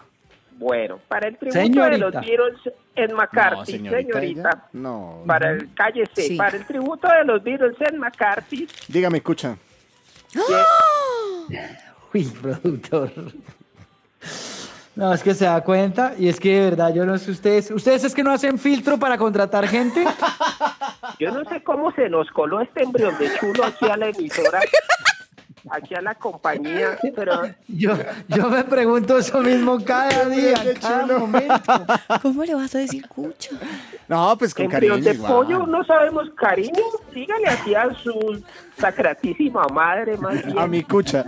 J: Bueno, para el tributo de
C: Señorita.
J: los Beatles en McCarthy,
C: señorita,
J: señorita.
C: ella. No.
J: Para el, cállese,
C: Sí.
J: para el tributo de los Beatles en McCarthy,
C: Dígame, escucha.
F: ¡Ah!
E: Uy, productor. No, es que se da cuenta y es que de verdad yo no sé ustedes. ¿Ustedes es que no hacen filtro para contratar gente?
J: Yo no sé cómo se nos coló este embrión de chulo aquí a la emisora, aquí a la compañía, pero
E: Yo, yo me pregunto eso mismo cada día, cada momento.
F: ¿Cómo le vas a decir cucho?
C: No, pues con
J: embrión
C: cariño.
J: de
C: igual.
J: pollo no sabemos cariño. Dígale así a su sacratísima madre, más bien.
C: A mi cucha.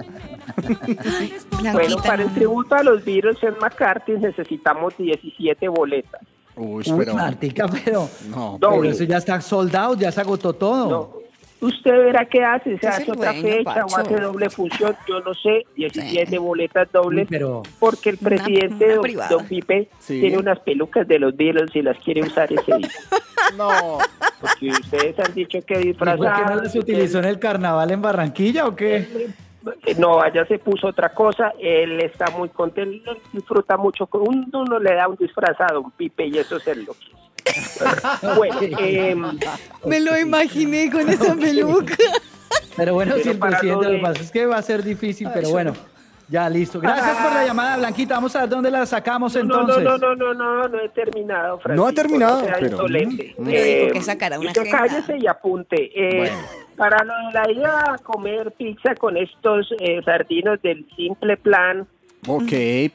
J: Bueno, para el tributo a los virus en McCarthy necesitamos 17 boletas.
C: Uy,
E: Uy, Martica, pero,
C: No,
E: pero
J: Doble.
E: eso ya está soldado, ya se agotó todo.
J: Usted verá qué hace, se
E: Es
J: hace
E: el
J: otra
E: dueño,
J: fecha
E: Pacho.
J: o hace doble función, yo no sé, 17 boletas dobles,
E: Uy, pero-
J: porque el
E: Una-
J: presidente
E: una
J: don-
E: privada.
J: don, Pipe
E: Sí.
J: tiene unas pelucas de los Beatles y las quiere usar ese día.
C: No.
J: Porque ustedes han dicho que
E: ¿Y por qué no
J: disfrazadas.
E: las utilizó en el carnaval en Barranquilla o qué?
J: que No, allá se puso otra cosa, él está muy contento, él disfruta mucho, con- uno le da un disfrazado, un pipe y eso es lo que Bueno, em,
F: Me lo imaginé con esa peluca.
E: Pero bueno,
F: Pero
E: si el
F: para
E: presidente lo
F: lo de-
E: que pasa es que va a ser difícil,
F: Ay, Ah.
E: pero
F: sí.
E: bueno, ya listo. Gracias por la llamada, Blanquita. Vamos a ver dónde la sacamos
J: No,
E: entonces.
J: no, no, no, no, no, no he terminado, Francisco.
E: No ha terminado,
J: sea
E: pero-
J: insolente.
E: Mm, mm. Pero dijo que
F: sacara una
J: usted
F: agenda.
J: cállese y apunte. Eh,
F: Bueno.
J: Para lo de la idea a comer pizza con estos eh, sardinos del simple plan,
C: Ok,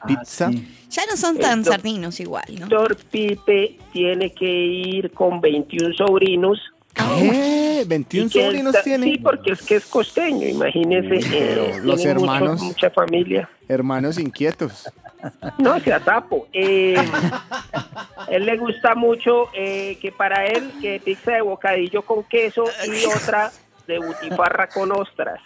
C: pizza.
F: Ya no son tan
J: Esto-
F: sardinos igual, ¿no?
J: Doctor Pipe tiene que ir con 21 sobrinos.
F: Ah,
C: ¿Qué? ¿21
J: Y que
C: Eh, sobrinos
J: está-
C: tiene?
J: Sí, porque es que es costeño, imagínese.
C: Pero
J: eh,
C: los
J: tiene mucho-
C: hermanos.
J: mucha familia.
C: Hermanos inquietos.
J: No, se atapo. Eh, él le gusta mucho eh, que para él que pizza de bocadillo con queso y otra de butifarra con ostras.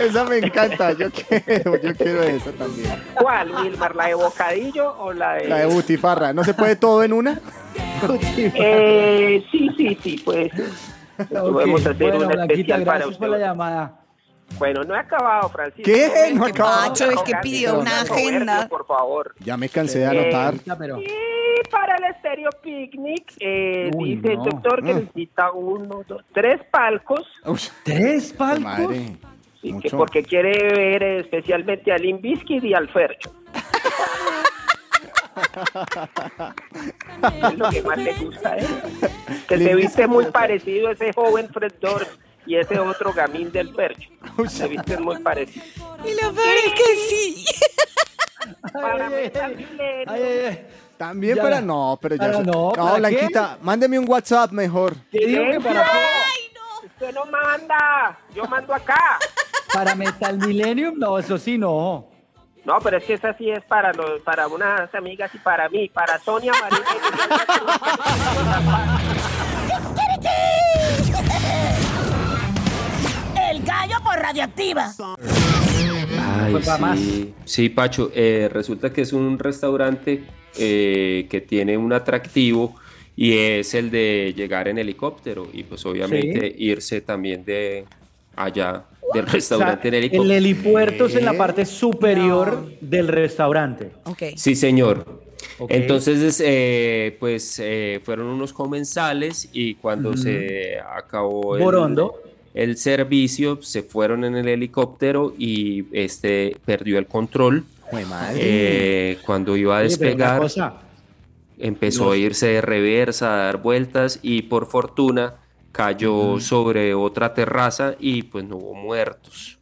C: Esa me encanta. Yo quiero, yo quiero esa también.
J: ¿Cuál, Wilmar? ¿La de bocadillo o la de...?
C: La de butifarra. ¿No se puede todo en una?
J: Eh, sí, sí, sí, pues.
E: Ok,
J: Podemos hacer
E: bueno,
J: una
E: Blanquita,
J: especial para
E: gracias
J: usted.
E: por la llamada.
J: Bueno, no he acabado, Francisco.
C: ¿Qué?
J: Ven,
C: No
J: que
C: acababa.
J: macho, es que pidió una Soberbio, agenda. Por favor.
C: Ya me cansé de
E: Eh,
C: anotar.
J: Y para el Estéreo Picnic, eh,
C: Uy,
J: dice
C: no.
J: el doctor que
C: Mm.
J: necesita uno, dos, tres palcos.
E: ¿Tres palcos?
C: Madre.
J: Sí, que porque quiere ver eh, especialmente al Inviskid y al Fercho. es lo que más le gusta a él. Que se viste muy parecido a ese joven Fred Dorf y ese otro gamín del Fercho. Se visten muy parecidos.
F: Y lo peor es que sí.
J: Para mí también.
C: También
J: Ya.
C: para no, pero ya.
J: Para no, ¿para
C: no
J: qué?
C: Blanquita, mándeme un WhatsApp mejor.
J: ¡Ay, no! Usted no manda. Yo mando acá.
E: Para Metal Millennium, no, eso sí, no.
J: No, pero es que esa sí es para los, para unas amigas y para mí, para Sonia María.
A: El gallo por radioactiva.
D: Ay,
A: Pues va
D: sí.
A: más.
D: Sí, Pacho, eh, resulta que es un restaurante eh, que tiene un atractivo y es el de llegar en helicóptero y pues obviamente irse también de allá del restaurante en
E: O sea,
D: helicóptero.
E: el helipuerto es en la parte superior del restaurante.
D: Sí, señor.
E: Ok.
D: Entonces, eh, pues eh, fueron unos comensales y cuando
E: Ujú.
D: se acabó
E: Borondo.
D: El, el servicio, se fueron en el helicóptero y este perdió el control. Eh, cuando iba a
E: Oye, pero una
D: despegar,
E: cosa,
D: empezó
E: Los-
D: a irse de reversa, a dar vueltas y por fortuna cayó sobre otra terraza y pues no hubo muertos.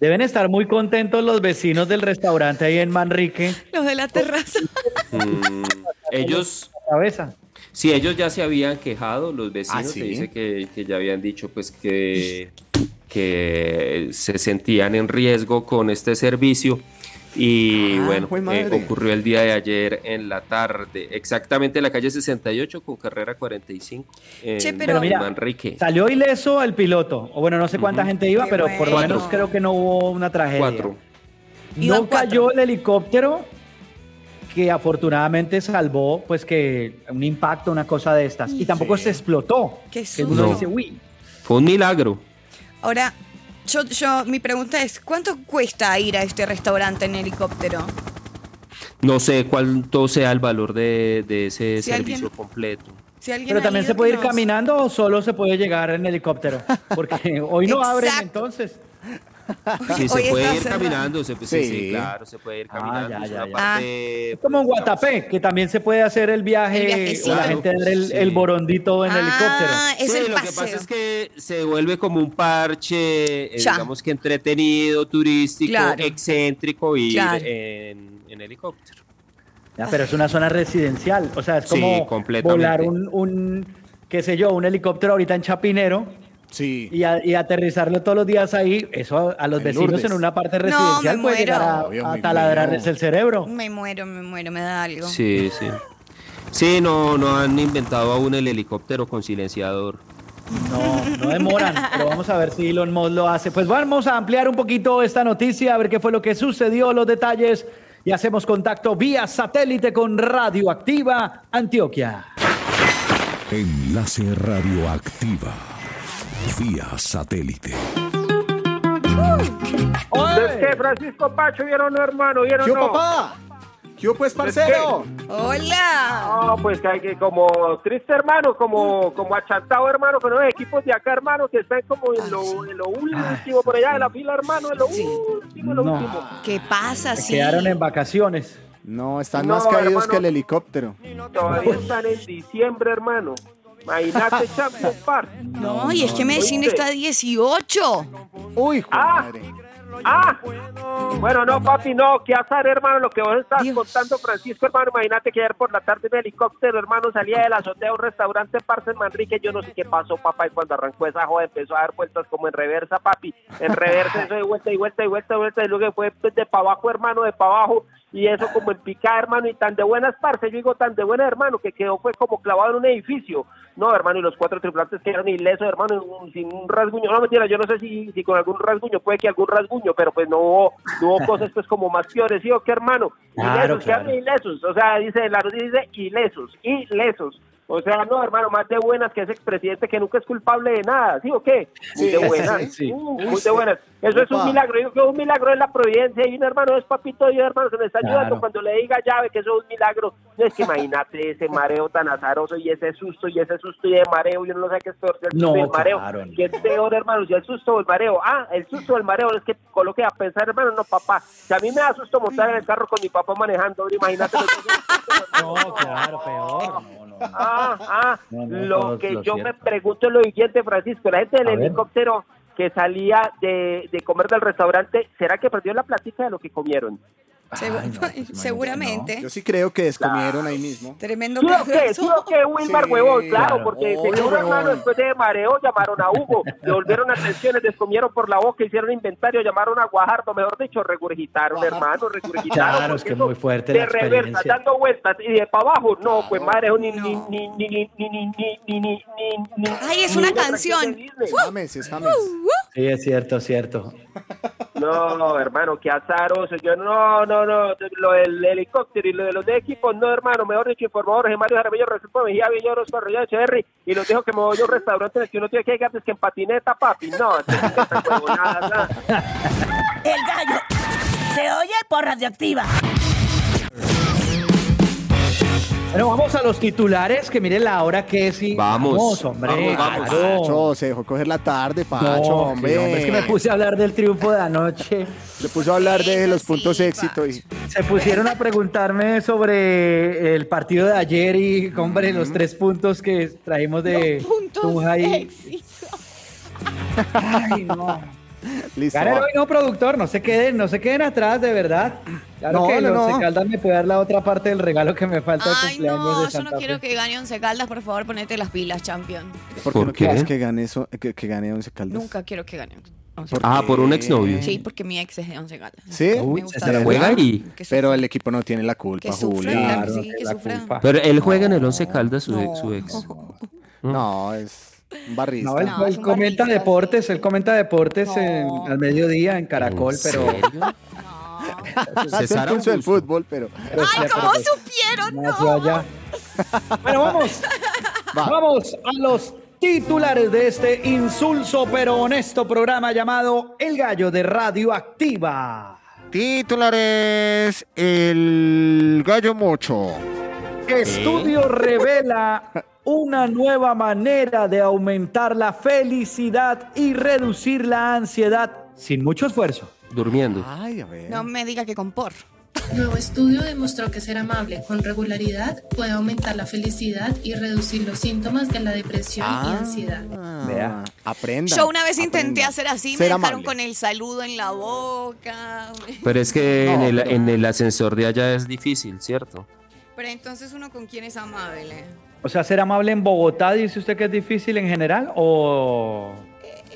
E: Deben estar muy contentos los vecinos del restaurante ahí en Manrique.
F: Los de la terraza.
D: Mm, ellos,
E: cabeza.
D: sí, ellos ya se habían quejado, los vecinos
C: Ah, ¿sí?
D: se dice que, que ya habían dicho pues que, que se sentían en riesgo con este servicio. Y
C: Ah,
D: bueno,
C: jue
D: eh,
C: madre.
D: ocurrió el día de ayer en la tarde, exactamente en la calle 68 con carrera 45 en
F: Che, pero-
E: Pero mira,
D: Manrique.
E: Salió ileso el piloto, o bueno, no sé cuánta gente iba,
F: Qué
E: pero por lo
D: bueno.
E: menos creo que no hubo una tragedia.
D: Cuatro.
F: Iban
E: No cayó el helicóptero que afortunadamente salvó pues que un impacto, una cosa de estas. Y tampoco se explotó.
F: Qué
E: Que uno
D: susto.
E: dice, uy,
D: Fue un milagro.
F: Ahora, yo, yo, mi pregunta es, ¿cuánto cuesta ir a este restaurante en helicóptero?
D: No sé cuánto sea el valor de, de ese
F: Si alguien-
D: servicio completo.
F: Si alguien
E: pero
F: ha
E: también
F: ido,
E: se puede
F: que
E: ir
F: nos-
E: caminando o solo se puede llegar en helicóptero. Porque hoy no abren
F: Exacto.
E: entonces.
D: Sí,
F: Hoy
D: se
F: está
D: puede ir
F: cerrado.
D: caminando, se, sí,
C: Sí.
D: sí, claro, se puede ir
E: Ah,
D: caminando.
E: ya,
D: es
E: ya,
D: una
E: ya.
D: parte,
E: Es como en
D: pues,
E: Guatapé, que también se puede hacer el
F: El
E: viaje
F: viajecito.
E: o la
D: Claro,
E: gente dar el,
D: sí.
E: el borondito en helicóptero.
F: Ah, es
D: sí,
F: el
D: lo
F: paseo.
D: que pasa es que se vuelve como un parche, eh,
F: Ya.
D: digamos que entretenido, turístico,
F: Claro.
D: excéntrico ir
F: Claro.
D: en, en helicóptero.
E: Ya, pero es una zona residencial, o sea, es
D: Sí,
E: como
D: completamente.
E: volar un, un, qué sé yo, un helicóptero ahorita en Chapinero
C: Sí.
E: y, a- y aterrizarlo todos los días ahí, eso a, a los
C: En
E: vecinos
C: Lourdes.
E: en una parte
F: me
E: residencial puede
F: muero.
E: llegar a,
C: Obvio,
E: a
C: muy
E: taladrarles
C: bueno.
E: el cerebro.
F: Me muero, me muero, me da algo.
D: Sí, sí. Sí, no, no han inventado aún el helicóptero con silenciador.
E: No, no demoran, pero vamos a ver si Elon Musk lo hace. Pues vamos a ampliar un poquito esta noticia, a ver qué fue lo que sucedió, los detalles, y hacemos contacto vía satélite con Radioactiva Antioquia.
K: Enlace Radioactiva. Vía satélite.
J: ¿Ustedes qué, Francisco Pacho? ¿Vieron no, hermano? ¿Vieron
C: ¿Qué,
J: no?
C: papá? ¿Qué, pues, parcero?
F: ¡Hola!
J: No, pues hay que como triste hermano, como, como achantado hermano, con los equipos de acá hermano que están como en lo, en lo último, por allá de la fila hermano, en lo
F: Ah, Sí.
J: último, en lo
E: No.
J: último.
F: ¿Qué pasa?
E: Se
F: Sí.
E: quedaron en vacaciones.
C: No, están
J: No,
C: más caídos
J: hermano.
C: que el helicóptero.
J: Todavía están en diciembre hermano. Imagínate Chaco Park.
F: No, y es que Medellín
J: Oíste.
F: está a 18.
C: Uy, jue
J: Ah.
C: madre.
J: Ah, bueno, no, papi, no, qué azar, hermano, lo que vos estabas
F: Dios.
J: contando, Francisco, hermano. Imagínate que ayer por la tarde un helicóptero, hermano, salía de la azotea de un restaurante en Parce en Manrique. Yo no sé qué pasó, papá, y cuando arrancó esa joda empezó a dar vueltas como en reversa, papi. En reversa, eso de vuelta y vuelta y vuelta y vuelta. Y luego que fue pues, de para abajo, hermano, de para abajo. Y eso como en picada, hermano, y tan de buenas, parce. Yo digo, tan de buenas, hermano, que quedó fue como clavado en un edificio. No, hermano, y los cuatro tripulantes quedaron ilesos, hermano, un- sin un rasguño. No, mentira, yo no sé si, si con algún rasguño, puede que algún rasguño, pero pues no hubo, no hubo cosas pues como más peores, ¿sí o qué, hermano?
E: Claro,
J: ilesos, quedaron
E: claro.
J: ilesos. O sea, dice, la noticia dice ilesos, ilesos. O sea, no, hermano, más de buenas que ese expresidente que nunca es culpable de nada, ¿sí o qué? Muy
C: Sí,
J: de buenas,
C: sí,
D: sí.
J: uh, muy de buenas. Eso es un
C: Opa.
J: milagro, yo creo que un milagro es la providencia y un hermano es papito Dios, hermano, que me está ayudando
E: Claro.
J: cuando le diga llave que eso es un milagro. No es que imagínate ese mareo tan azaroso y ese susto y ese susto y de mareo, yo no sé qué es peor que el,
E: No,
J: susto y el mareo.
E: claro, no.
J: ¿Qué es peor, hermano? Si el susto o el mareo. Ah, el susto o el mareo es que coloque a pensar, hermano, no, papá. Si a mí me da susto montar en el carro con mi papá manejando, ahora imagínate lo que es el susto, hermano.
E: No, claro, peor. No, no, no.
J: Ah, ah,
E: No, no,
J: lo
E: todo
J: que
E: lo
J: yo
E: cierto.
J: me pregunto es lo siguiente, Francisco, la gente
E: A
J: del
E: ver.
J: helicóptero que salía de, de comer del restaurante, ¿será que perdió la platica de lo que comieron?
F: Segu-
C: pues,
F: seguramente.
C: Yo sí creo que descomieron ahí mismo.
F: Tremendo
J: Sí o qué, sí o qué, Wilmar,
C: Sí,
J: huevón, claro,
C: claro,
J: porque
C: obvio,
J: seguro, hermano,
C: huevón.
J: después de mareo llamaron a Hugo, le volvieron atenciones, les comieron por la boca, hicieron inventario, llamaron a Guajardo, mejor dicho, regurgitaron, hermano, regurgitaron.
E: Claro, es
J: porque
E: que es
J: eso
E: muy fuerte
J: De
E: la
J: reversa,
E: experiencia.
J: dando vueltas y de para abajo, no, pues madre, eso ni,
F: No.
J: ni, ni, ni, ni, ni, ni, ni, ni, ni, ni,
F: Ay, es
J: ni
F: una
J: atracción
F: canción. Uh,
J: de Disney.
C: James, es James.
E: Sí, es cierto, es cierto.
J: No, no, hermano, qué azaroso. Yo no, no, no. Lo del helicóptero y lo de los de equipos, no, hermano. Mejor dicho, informador Jorge Mario Jaramillo, Resulta Mejía, Villoro, Correllano, Echeverri. Y los dijo que me voy a un restaurante en el que uno tiene que ir antes que en patineta, papi. No, no, nada, nada.
A: El gallo se oye por radioactiva.
E: Bueno, vamos a los titulares, que miren la hora que es y...
D: Vamos,
E: hombre.
D: vamos, vamos.
E: claro.
C: Pacho, se dejó coger la tarde,
E: No,
C: Pacho, hombre.
E: sí, hombre, Es que me puse a hablar del triunfo de anoche.
C: Se puso a hablar de los
F: Sí,
C: puntos de éxito y
E: Se pusieron a preguntarme sobre el partido de ayer y, hombre, los tres puntos que traímos de Tunja y- Ay, no.
C: listo.
E: Ganen
C: va.
E: hoy, no, productor, no se queden, no se queden atrás, de verdad. Claro
L: No,
E: que
L: no,
E: el
L: no.
E: Once Caldas me puede dar la otra parte del regalo que me falta de
F: Ay,
E: cumpleaños
F: no,
E: de
F: yo no
E: Santa
F: quiero que gane Once Caldas, por favor, ponete las pilas, champion.
C: ¿Por qué
D: ¿Por
C: no
D: qué?
C: quieres que gane, eso, que, que gane Once Caldas?
F: Nunca quiero que gane. Once
C: ¿Por
F: Caldas.
D: Ah, por un exnovio.
F: Sí, porque mi ex es de Once Caldas.
C: ¿Sí?
F: Me gusta ver- Que sufra.
C: Pero el equipo no tiene la culpa,
F: Que
C: Julio.
F: sufra, claro, Claro, sí, que que la sufra. culpa.
D: Pero él juega en el Once Caldas, su,
F: No.
D: su ex.
C: No, es un barrista.
E: No, él, él comenta deportes, él comenta deportes en- al mediodía en Caracol,
C: ¿En
E: pero.
C: serio? Es el pulso del fútbol, pero...
E: Pero sí,
F: ¿Cómo
E: pero- pues,
F: supieron?
E: Nació allá. Bueno, vamos. Vamos a los titulares de este insulso pero honesto programa llamado El Gallo de Radioactiva.
C: Titulares, el gallo mocho.
E: Estudio revela una nueva manera de aumentar la felicidad y reducir la ansiedad sin mucho esfuerzo.
D: Durmiendo.
C: Ay, a ver.
F: No me diga que con por.
M: Nuevo estudio demostró que ser amable con regularidad puede aumentar la felicidad y reducir los síntomas de la depresión y
C: Ah.
M: ansiedad.
C: Vea. Aprenda.
F: Yo una vez intenté hacer así, me
C: Ser
F: dejaron
C: amable.
F: con el saludo en la boca.
D: Mm. Pero es que en, el, en el ascensor de allá es difícil, ¿cierto?
F: Pero entonces uno con quién es amable.
E: O sea, ser amable en Bogotá, dice usted que es difícil en general o...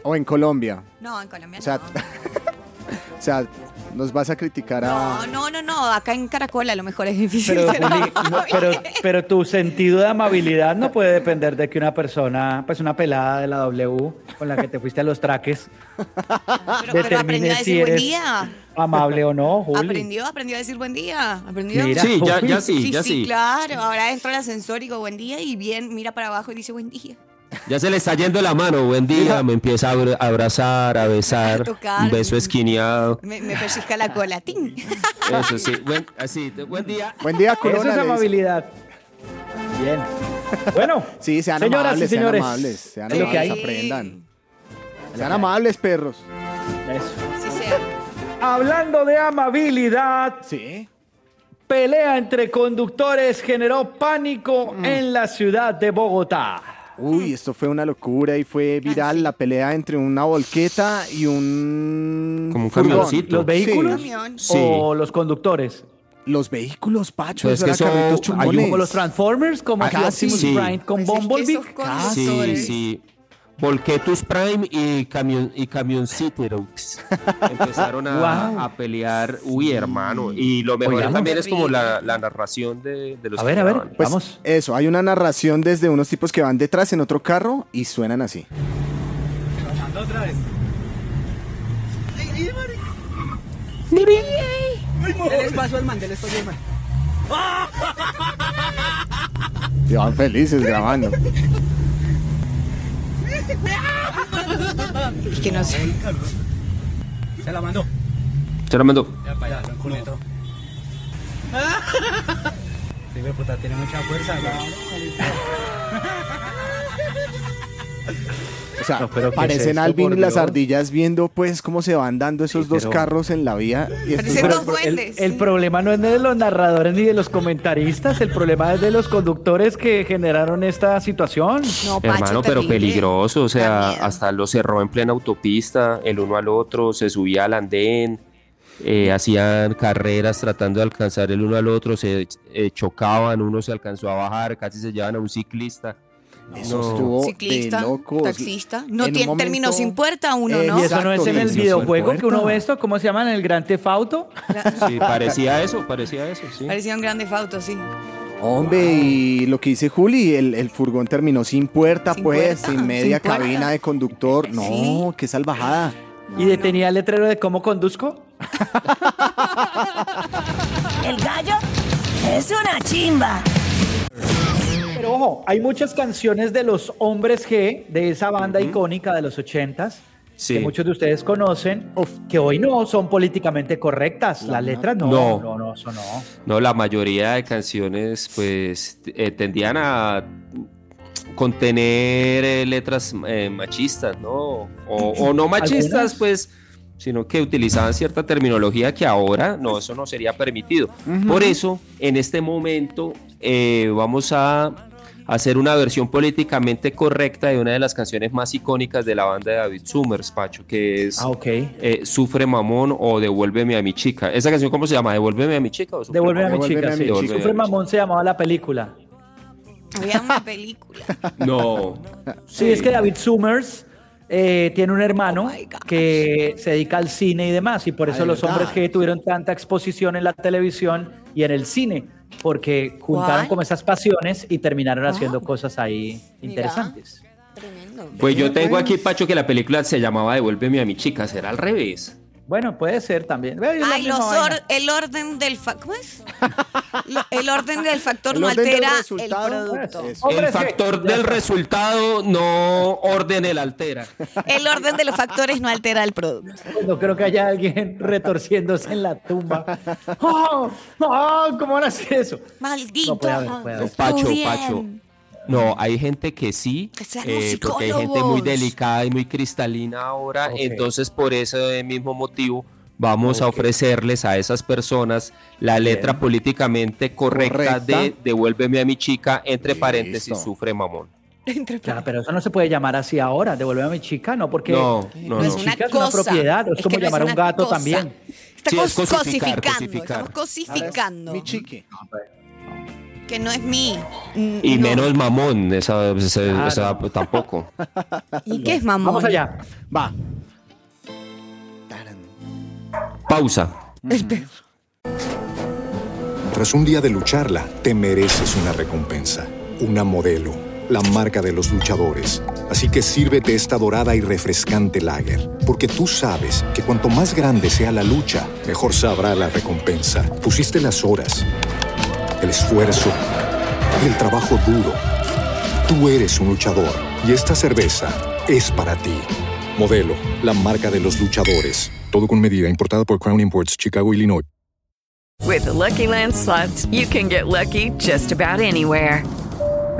C: O en Colombia.
F: No, en Colombia
C: O sea, o sea, nos vas a criticar
F: no.
C: a...
F: No, no, no, acá en Caracol a lo mejor es difícil.
E: Pero,
F: ser
E: Juli,
F: amable.
E: no, pero, pero tu sentido de amabilidad no puede depender de que una persona, pues una pelada de la W con la que te fuiste a los traques,
F: Pero, pero aprendió
E: determine si
F: a decir buen
E: eres
F: día.
E: amable o no, Juli.
F: Aprendió, aprendió a decir buen día. Aprendió.
E: Mira, Sí, ya- ya sí,
D: ya sí.
F: Claro, ahora entro al ascensor y digo buen día y bien, mira para abajo y dice buen día.
D: Ya se le está yendo la mano, buen día, me empieza a abra- abrazar, a besar,
F: tocar.
D: un beso esquineado.
F: Me, me pellizca la cola, tin.
D: Eso sí, buen, así, te- buen día.
C: Buen día,
E: Eso
C: Corona.
E: es
C: le dice.
E: amabilidad. Bien. Bueno,
C: Sí, sean
E: Señoras y
C: amables,
E: señores,
C: sean amables. Sean
E: es lo que
C: amables,
E: hay.
C: aprendan. Sean amables, perros.
F: Sí, sea.
E: hablando de amabilidad,
C: Sí.
E: pelea entre conductores generó pánico
D: Mm.
E: en la ciudad de Bogotá.
C: Uy, esto fue una locura y fue viral la pelea entre una volqueta y un...
D: Como un
C: furgón.
D: camioncito.
E: ¿Los vehículos
C: Sí.
D: Sí.
E: o los conductores?
C: Los vehículos, Pacho,
D: Pues
C: eso
D: que
C: era
D: eso-
C: carritos
D: hay un-
C: chungones.
E: ¿Como los Transformers? ¿Como
C: Ah, casi.
E: Optimus
D: Sí.
E: Prime con
F: Pues es que
E: Bumblebee?
F: esos con-
D: Ah, Sí,
F: Conductores.
D: sí. Volquetus Prime y, camion, y Camionciterux empezaron a,
E: Guau.
D: a pelear. Uy, hermano. Y lo mejor
E: Oigamos.
D: también es como la, la narración de, de los
E: A
D: que
E: ver, a ver,
D: graban.
C: Pues
E: vamos.
C: eso, hay una narración desde unos tipos que van detrás en otro carro y suenan así. Y van felices grabando.
F: Ah, Es que no sé.
D: Se la mandó.
C: O sea,
E: No, pero ¿qué es
C: parecen
E: esto,
C: Alvin
E: por
C: y las
E: Dios?
C: ardillas viendo pues cómo se van dando esos dos
E: pero-
C: carros en la vía. Y esto es
F: Parecen
C: una-
F: dos duendes.
E: El problema no es de los narradores ni de los comentaristas, el problema es de los conductores que generaron esta situación.
F: No, Oh, Pacho,
D: Hermano, pero
F: terrible.
D: peligroso. O sea,
F: Da miedo.
D: hasta lo cerró en plena autopista, el uno al otro, se subía al andén. eh, hacían carreras tratando de alcanzar el uno al otro, se eh, chocaban, uno se alcanzó a bajar, casi se llevan a un ciclista.
C: Eso
D: No.
C: estuvo
F: Ciclista,
C: de locos.
F: taxista. No
C: En un
F: tiene
C: momento-
F: término sin puerta uno,
C: Eh,
F: ¿no?
E: Y eso no es
C: Exacto,
E: en
C: y
E: el
C: eso es
E: videojuego que uno
C: puerta.
E: ve esto, ¿cómo se llama? En el Gran Tefauto.
D: Sí, parecía eso, parecía eso, sí.
F: Parecía un grande fauto, sí.
C: Hombre, y lo que dice Juli, el, el furgón terminó sin puerta,
F: Sin
C: pues,
F: puerta,
C: sin media
F: sin puerta.
C: cabina de conductor. No,
F: Sí.
C: qué salvajada.
E: y detenía el letrero de cómo conduzco.
A: El gallo es una chimba.
E: Pero ojo, hay muchas canciones de los hombres G, de esa banda icónica de los ochentas,
D: Sí.
E: que muchos de ustedes conocen,
C: Uf.
E: que hoy no son políticamente correctas. Las letras no, no,
D: No.
E: no, eso no.
D: No, la mayoría de canciones pues t- eh, tendían a contener eh, letras eh, machistas, ¿no? O, o no machistas,
E: Algunas.
D: pues, sino que utilizaban cierta terminología que ahora no, eso no sería permitido. Por eso, en este momento, eh, vamos a hacer una versión políticamente correcta de una de las canciones más icónicas de la banda de David Summers, Pacho, que es
E: Ah, ok.
D: eh, Sufre Mamón o Devuélveme a mi chica. ¿Esa canción cómo se llama? ¿Devuélveme a mi chica? o Sufre
E: Devuelve a mi
D: Mamón?
E: chica. sí.
D: Devuélveme a mi
E: Sufre Mamón se llamaba la película.
F: Había una película.
D: No.
E: Sí, es que David Summers eh, tiene un
F: Oh
E: hermano que se dedica al cine y demás, y por eso
N: Ay,
E: los
N: ¿verdad?
E: hombres que tuvieron tanta exposición en la televisión y en el cine, porque juntaron
N: What?
E: como esas pasiones y terminaron haciendo cosas ahí interesantes.
D: Pues yo tengo aquí, Pacho, que la película se llamaba Devuélveme a mi chica. Será al revés.
E: Bueno, puede ser también. Ve, es la
F: Ay,
E: misma
F: los
E: vaina.
F: or- el orden del fa- ¿cómo es? Lo- el orden del factor
D: El
F: no
D: orden del
F: altera el
D: resultado,
F: producto.
D: El factor del resultado no ordena el altera.
F: El orden de los factores no altera el producto.
E: No creo que haya alguien retorciéndose en la tumba. ¡Oh! ¡Oh! ¿Cómo van a hacer eso?
F: Maldito.
E: No puede haber, puede haber.
D: Pacho, Pacho. No, hay gente que sí,
F: sean
D: eh, porque hay gente muy
F: musicólogos.
D: delicada y muy cristalina ahora,
N: Ok.
D: entonces por ese mismo motivo vamos a ofrecerles a esas personas la letra políticamente correcta,
E: Correcta.
D: de Devuélveme a mi chica, entre paréntesis,
E: Listo.
D: sufre mamón.
E: Claro, pero eso no se puede llamar así ahora. Devuelve a mi chica, no, porque
D: No, no,
E: mi
D: no.
E: chica
F: Pues Una
E: es una
F: cosa.
E: propiedad. Es,
F: Es
E: como
F: que no es
E: llamar a un
F: una
E: gato
F: cosa.
E: también.
F: Está
D: Sí,
F: cos-
D: es cosificar,
F: cosificando,
D: cosificar.
F: estamos cosificando. Mi chique. Que no es mi.
D: Y menos mamón, esa, esa-
F: Claro.
D: esa tampoco.
F: ¿Y qué es mamón?
E: Vamos allá.
C: Va.
D: Pausa.
I: Tras un día de lucharla, te mereces una recompensa, una modelo, la marca de los luchadores. Así que sírvete esta dorada y refrescante lager, porque tú sabes que cuanto más grande sea la lucha, mejor sabrá la recompensa. Pusiste las horas, el esfuerzo, el trabajo duro. Tú eres un luchador y esta cerveza es para ti. Modelo, la marca de los luchadores. Todo con medida, importada por Crown Imports, Chicago, Illinois.
O: With the Lucky Land slots, you can get lucky just about anywhere.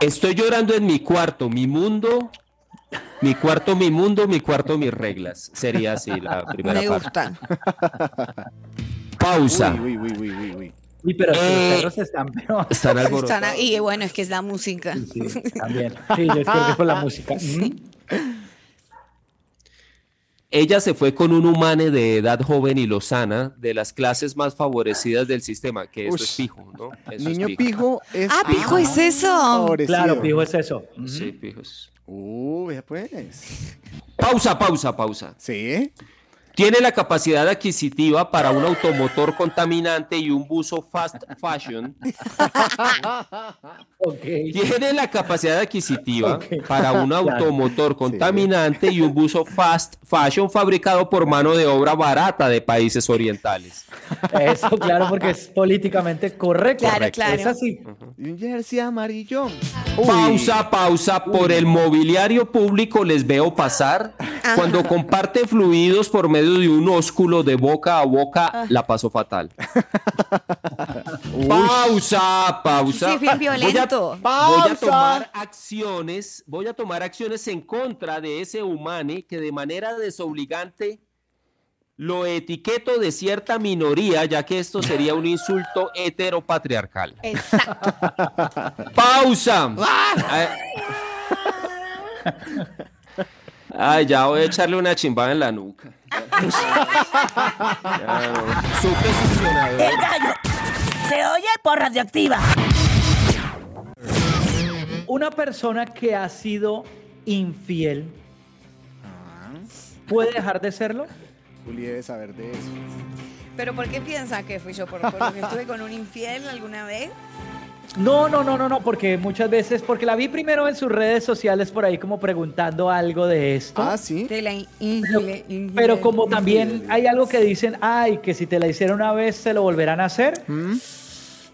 D: estoy llorando en mi cuarto, mi mundo, mi cuarto, mi mundo, mi cuarto, mis reglas. Sería así la primera
F: Me
D: parte.
F: gusta.
D: Pausa.
C: Uy, uy, uy, uy, uy.
E: Y pero si
D: Eh,
E: los perros están, pero-
D: Están alborotados.
F: Están a- y bueno, es que es la música.
E: También. Sí, yo creo que es por la música.
D: Ella se fue con un humane de edad joven y lozana, de las clases más favorecidas del sistema, que eso
C: Ush.
D: es pijo, ¿no? Eso
C: Niño
D: es pijo.
C: pijo es.
F: Ah, pijo es eso.
E: Claro, pijo Mm. es eso. Mm.
D: Sí, pijos.
C: Uh, vea pues.
D: Pausa, pausa, pausa.
C: Sí.
D: Tiene la capacidad adquisitiva para un automotor contaminante y un buzo fast fashion. Tiene la capacidad adquisitiva para un
N: Claro.
D: automotor contaminante y un buzo fast fashion fabricado por mano de obra barata de países orientales.
E: Eso, claro, porque es políticamente correcto.
D: Claro, claro.
E: Es así.
C: Y un jersey amarillo.
D: Pausa, pausa. Por el mobiliario público les veo pasar. Cuando comparte fluidos por medio de un ósculo de boca a
F: Ah.
D: boca, la pasó fatal. Pausa, pausa.
F: Sí, es bien
D: Voy a-
F: violento.
D: Voy a
F: Pausa.
D: tomar acciones, voy a tomar acciones en contra de ese humane que de manera desobligante lo etiqueto de cierta minoría, ya que esto sería un insulto heteropatriarcal. Pausa. Ay. Ay, ya voy a echarle una chimbada en la nuca. Ya no. Supe succionador.
A: El gallo se oye por radioactiva.
E: Una persona que ha sido infiel puede dejar de serlo.
C: Juli debe saber de eso.
F: Pero ¿por qué piensas que fui yo? ¿Por, por que estuve con un infiel alguna vez?
E: No, no, no, no, no, porque muchas veces, porque la vi primero en sus redes sociales por ahí como preguntando algo de esto. Ah,
C: sí.
F: De la
E: Pero como
C: Mm.
E: también hay algo que dicen, ay, que si te la hicieron una vez, se lo volverán a hacer.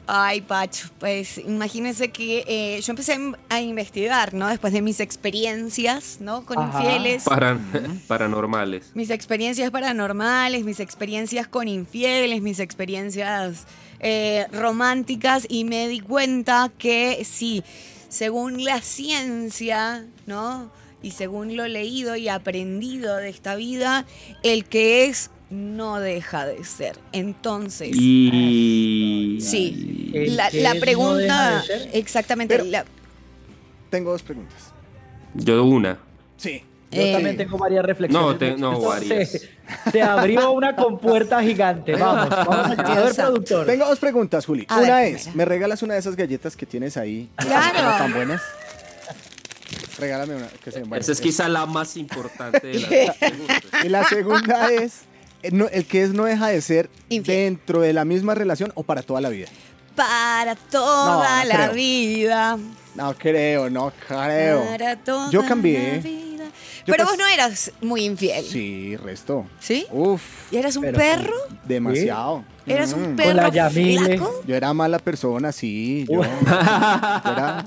F: Ay, Pacho, pues imagínense que eh, yo empecé a investigar, ¿no? Después de mis experiencias, ¿no? Con
D: Ajá.
F: infieles.
D: Para- paranormales.
F: Mis experiencias paranormales, mis experiencias con infieles, mis experiencias eh, románticas y me di cuenta que sí, según la ciencia, ¿no? Y según lo leído y aprendido de esta vida, el que es no deja de ser. Entonces...
D: Y.
F: Sí,
D: Ay.
F: la,
D: ¿El qué
F: la
D: es no
F: pregunta...
D: deja de ser?
F: exactamente. la-
C: Tengo dos preguntas.
D: Yo una.
C: Sí.
E: Yo
A: Eh,
E: también tengo varias reflexiones.
D: No, te- no, varias.
E: Se, se abrió una compuerta gigante. Vamos, vamos allá. A ver, productor.
C: Tengo dos preguntas, Juli.
E: A
C: una
E: ver,
C: es, ¿me regalas una de esas galletas que tienes ahí? que
F: Claro.
C: son tan buenas? Regálame una. Que se bueno,
D: Esa es
C: eh,
D: quizá la más importante de las
C: Y la segunda es, eh, no- el que es no deja de ser dentro de la misma relación o para toda la vida.
F: Para toda
C: No, no
F: la
C: creo.
F: vida.
C: No creo, no creo.
F: Para toda
C: Yo cambié.
F: la
C: ¿eh?
F: vida.
C: Yo
F: Pero
C: pas-
F: vos no eras muy infiel.
C: Sí, resto.
F: ¿Sí?
C: Uf.
F: ¿Y eras un
C: pero
F: perro?
C: Demasiado.
F: Sí. ¿Eras un
C: Mm.
F: perro Con la Yamile. flaco?
C: Yo era mala persona, sí. Yo, yo era,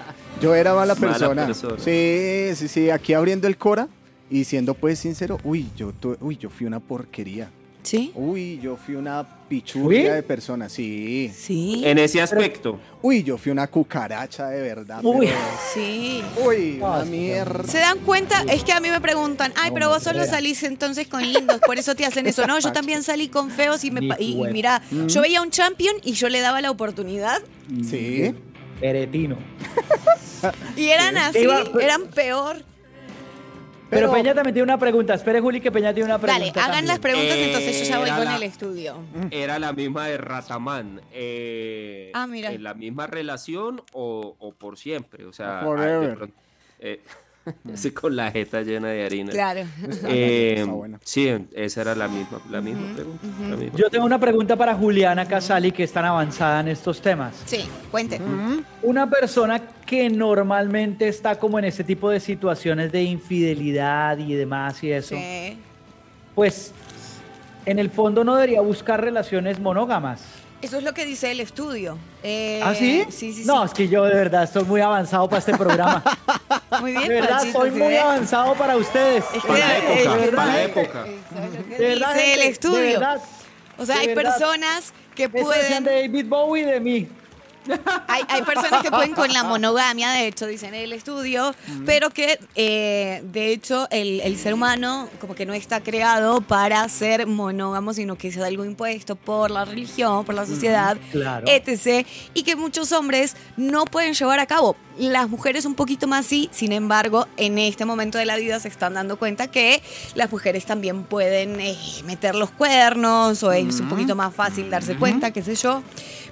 C: yo era mala,
D: Mala
C: persona.
D: persona.
C: Sí, sí, sí. Aquí abriendo el Cora y siendo pues sincero, uy, yo, tu- uy, yo fui una porquería.
F: ¿Sí?
C: Uy, yo fui una pichurria de persona, sí.
F: Sí.
D: En ese aspecto.
C: Uy, yo fui una cucaracha de verdad.
F: Uy.
C: pero-
F: Sí.
C: Uy, una mierda.
F: ¿Se dan cuenta? Es que a mí me preguntan, ay,
C: No,
F: pero vos solo
C: mentira.
F: salís entonces con lindos, por eso te hacen eso. No, yo también salí con feos y, me,
C: Ni
F: pa- y, y
C: huevo.
F: mira,
C: Mm.
F: yo veía un champion y yo le daba la oportunidad
C: Sí.
E: Peretino.
F: y eran
E: Sí.
F: así,
E: Iba-
F: eran peor.
E: Pero,
F: Pero-
E: Peña también tiene una pregunta. Espere, Juli, que Peña tiene una pregunta.
F: Dale, hagan las preguntas,
D: Eh,
F: entonces yo ya voy
D: era
F: con
D: la-
F: el estudio.
D: Era la misma de Ratamán. eh,
F: Ah, mira.
D: ¿En la misma relación o, o por siempre? O sea,
C: O
D: ah, de
C: forever. Mm.
D: pronto, eh, sí, con la jeta llena de harina.
F: Claro.
D: Eh,
C: Está buena.
D: sí, esa era la misma, la misma pregunta. la misma.
E: Yo tengo una pregunta para Juliana Casali, que es tan avanzada en estos temas.
F: Sí, cuente.
E: Una persona que normalmente está como en este tipo de situaciones de infidelidad y demás y eso,
F: Sí.
E: pues en el fondo no debería buscar relaciones monógamas.
F: Eso es lo que dice el estudio. Eh,
E: ¿Ah, sí?
F: Sí, sí, sí.
E: no, es que yo de verdad estoy muy avanzado para este programa.
F: Muy
E: de
F: bien,
E: verdad,
F: Pachito,
E: soy
F: ¿sí
E: muy
F: ve?
E: avanzado para ustedes.
D: Para la
E: Eh,
D: época,
E: de
D: para la
E: verdad,
D: época.
F: ¿Qué
E: de verdad,
F: dice el
E: gente, de
F: estudio.
E: verdad.
F: o sea,
E: de
F: hay
E: verdad.
F: personas que
E: Esa versión
F: pueden.
E: de David Bowie de mí.
F: Hay, hay personas que pueden con la monogamia, de hecho, dicen en el estudio, pero que eh, de hecho el, el ser humano como que no está creado para ser monógamo, sino que es algo impuesto por la religión, por la sociedad,
A: claro.
F: etc. Y que muchos hombres no pueden llevar a cabo. Las mujeres un poquito más sí, sin embargo, en este momento de la vida se están dando cuenta que las mujeres también pueden eh, meter los cuernos o es un poquito más fácil darse cuenta, qué sé yo.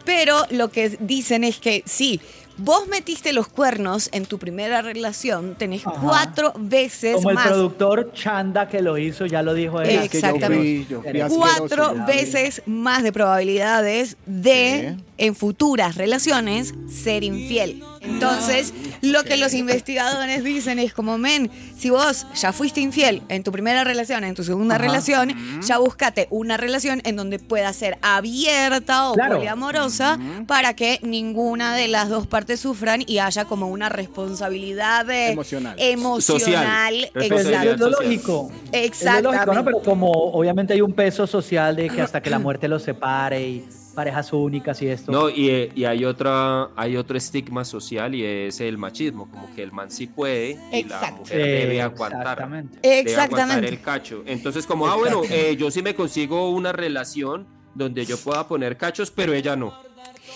F: Pero lo que dicen es que sí, vos metiste los cuernos en tu primera relación, tenés cuatro veces
E: Como el
F: más.
E: productor Chanda que lo hizo, ya lo dijo él.
F: Exactamente.
C: yo fui
F: Cuatro veces más de probabilidades de, en futuras relaciones, ser infiel. Entonces, lo que los investigadores dicen es como, men, si vos ya fuiste infiel en tu primera relación, en tu segunda
A: Ajá.
F: relación, ya búscate una relación en donde pueda ser abierta o
A: Claro.
F: poliamorosa para que ninguna de las dos partes sufran y haya como una responsabilidad eh,
C: Emocional.
F: emocional,
E: Pues
F: exacto.
E: es lo lógico. Es lo
F: Exactamente.
E: lógico, ¿no? Pero como obviamente hay un peso social de que hasta que la muerte los separe y parejas únicas y esto.
D: No, y, eh, y hay otra, hay otro estigma social y es el machismo, como que el man sí puede y la
F: Exacto.
D: mujer debe
E: Eh,
D: aguantar.
E: exactamente.
D: Debe aguantar
F: Exactamente.
D: el cacho. Entonces, como, ah, bueno, eh, yo sí me consigo una relación donde yo pueda poner cachos, pero ella no.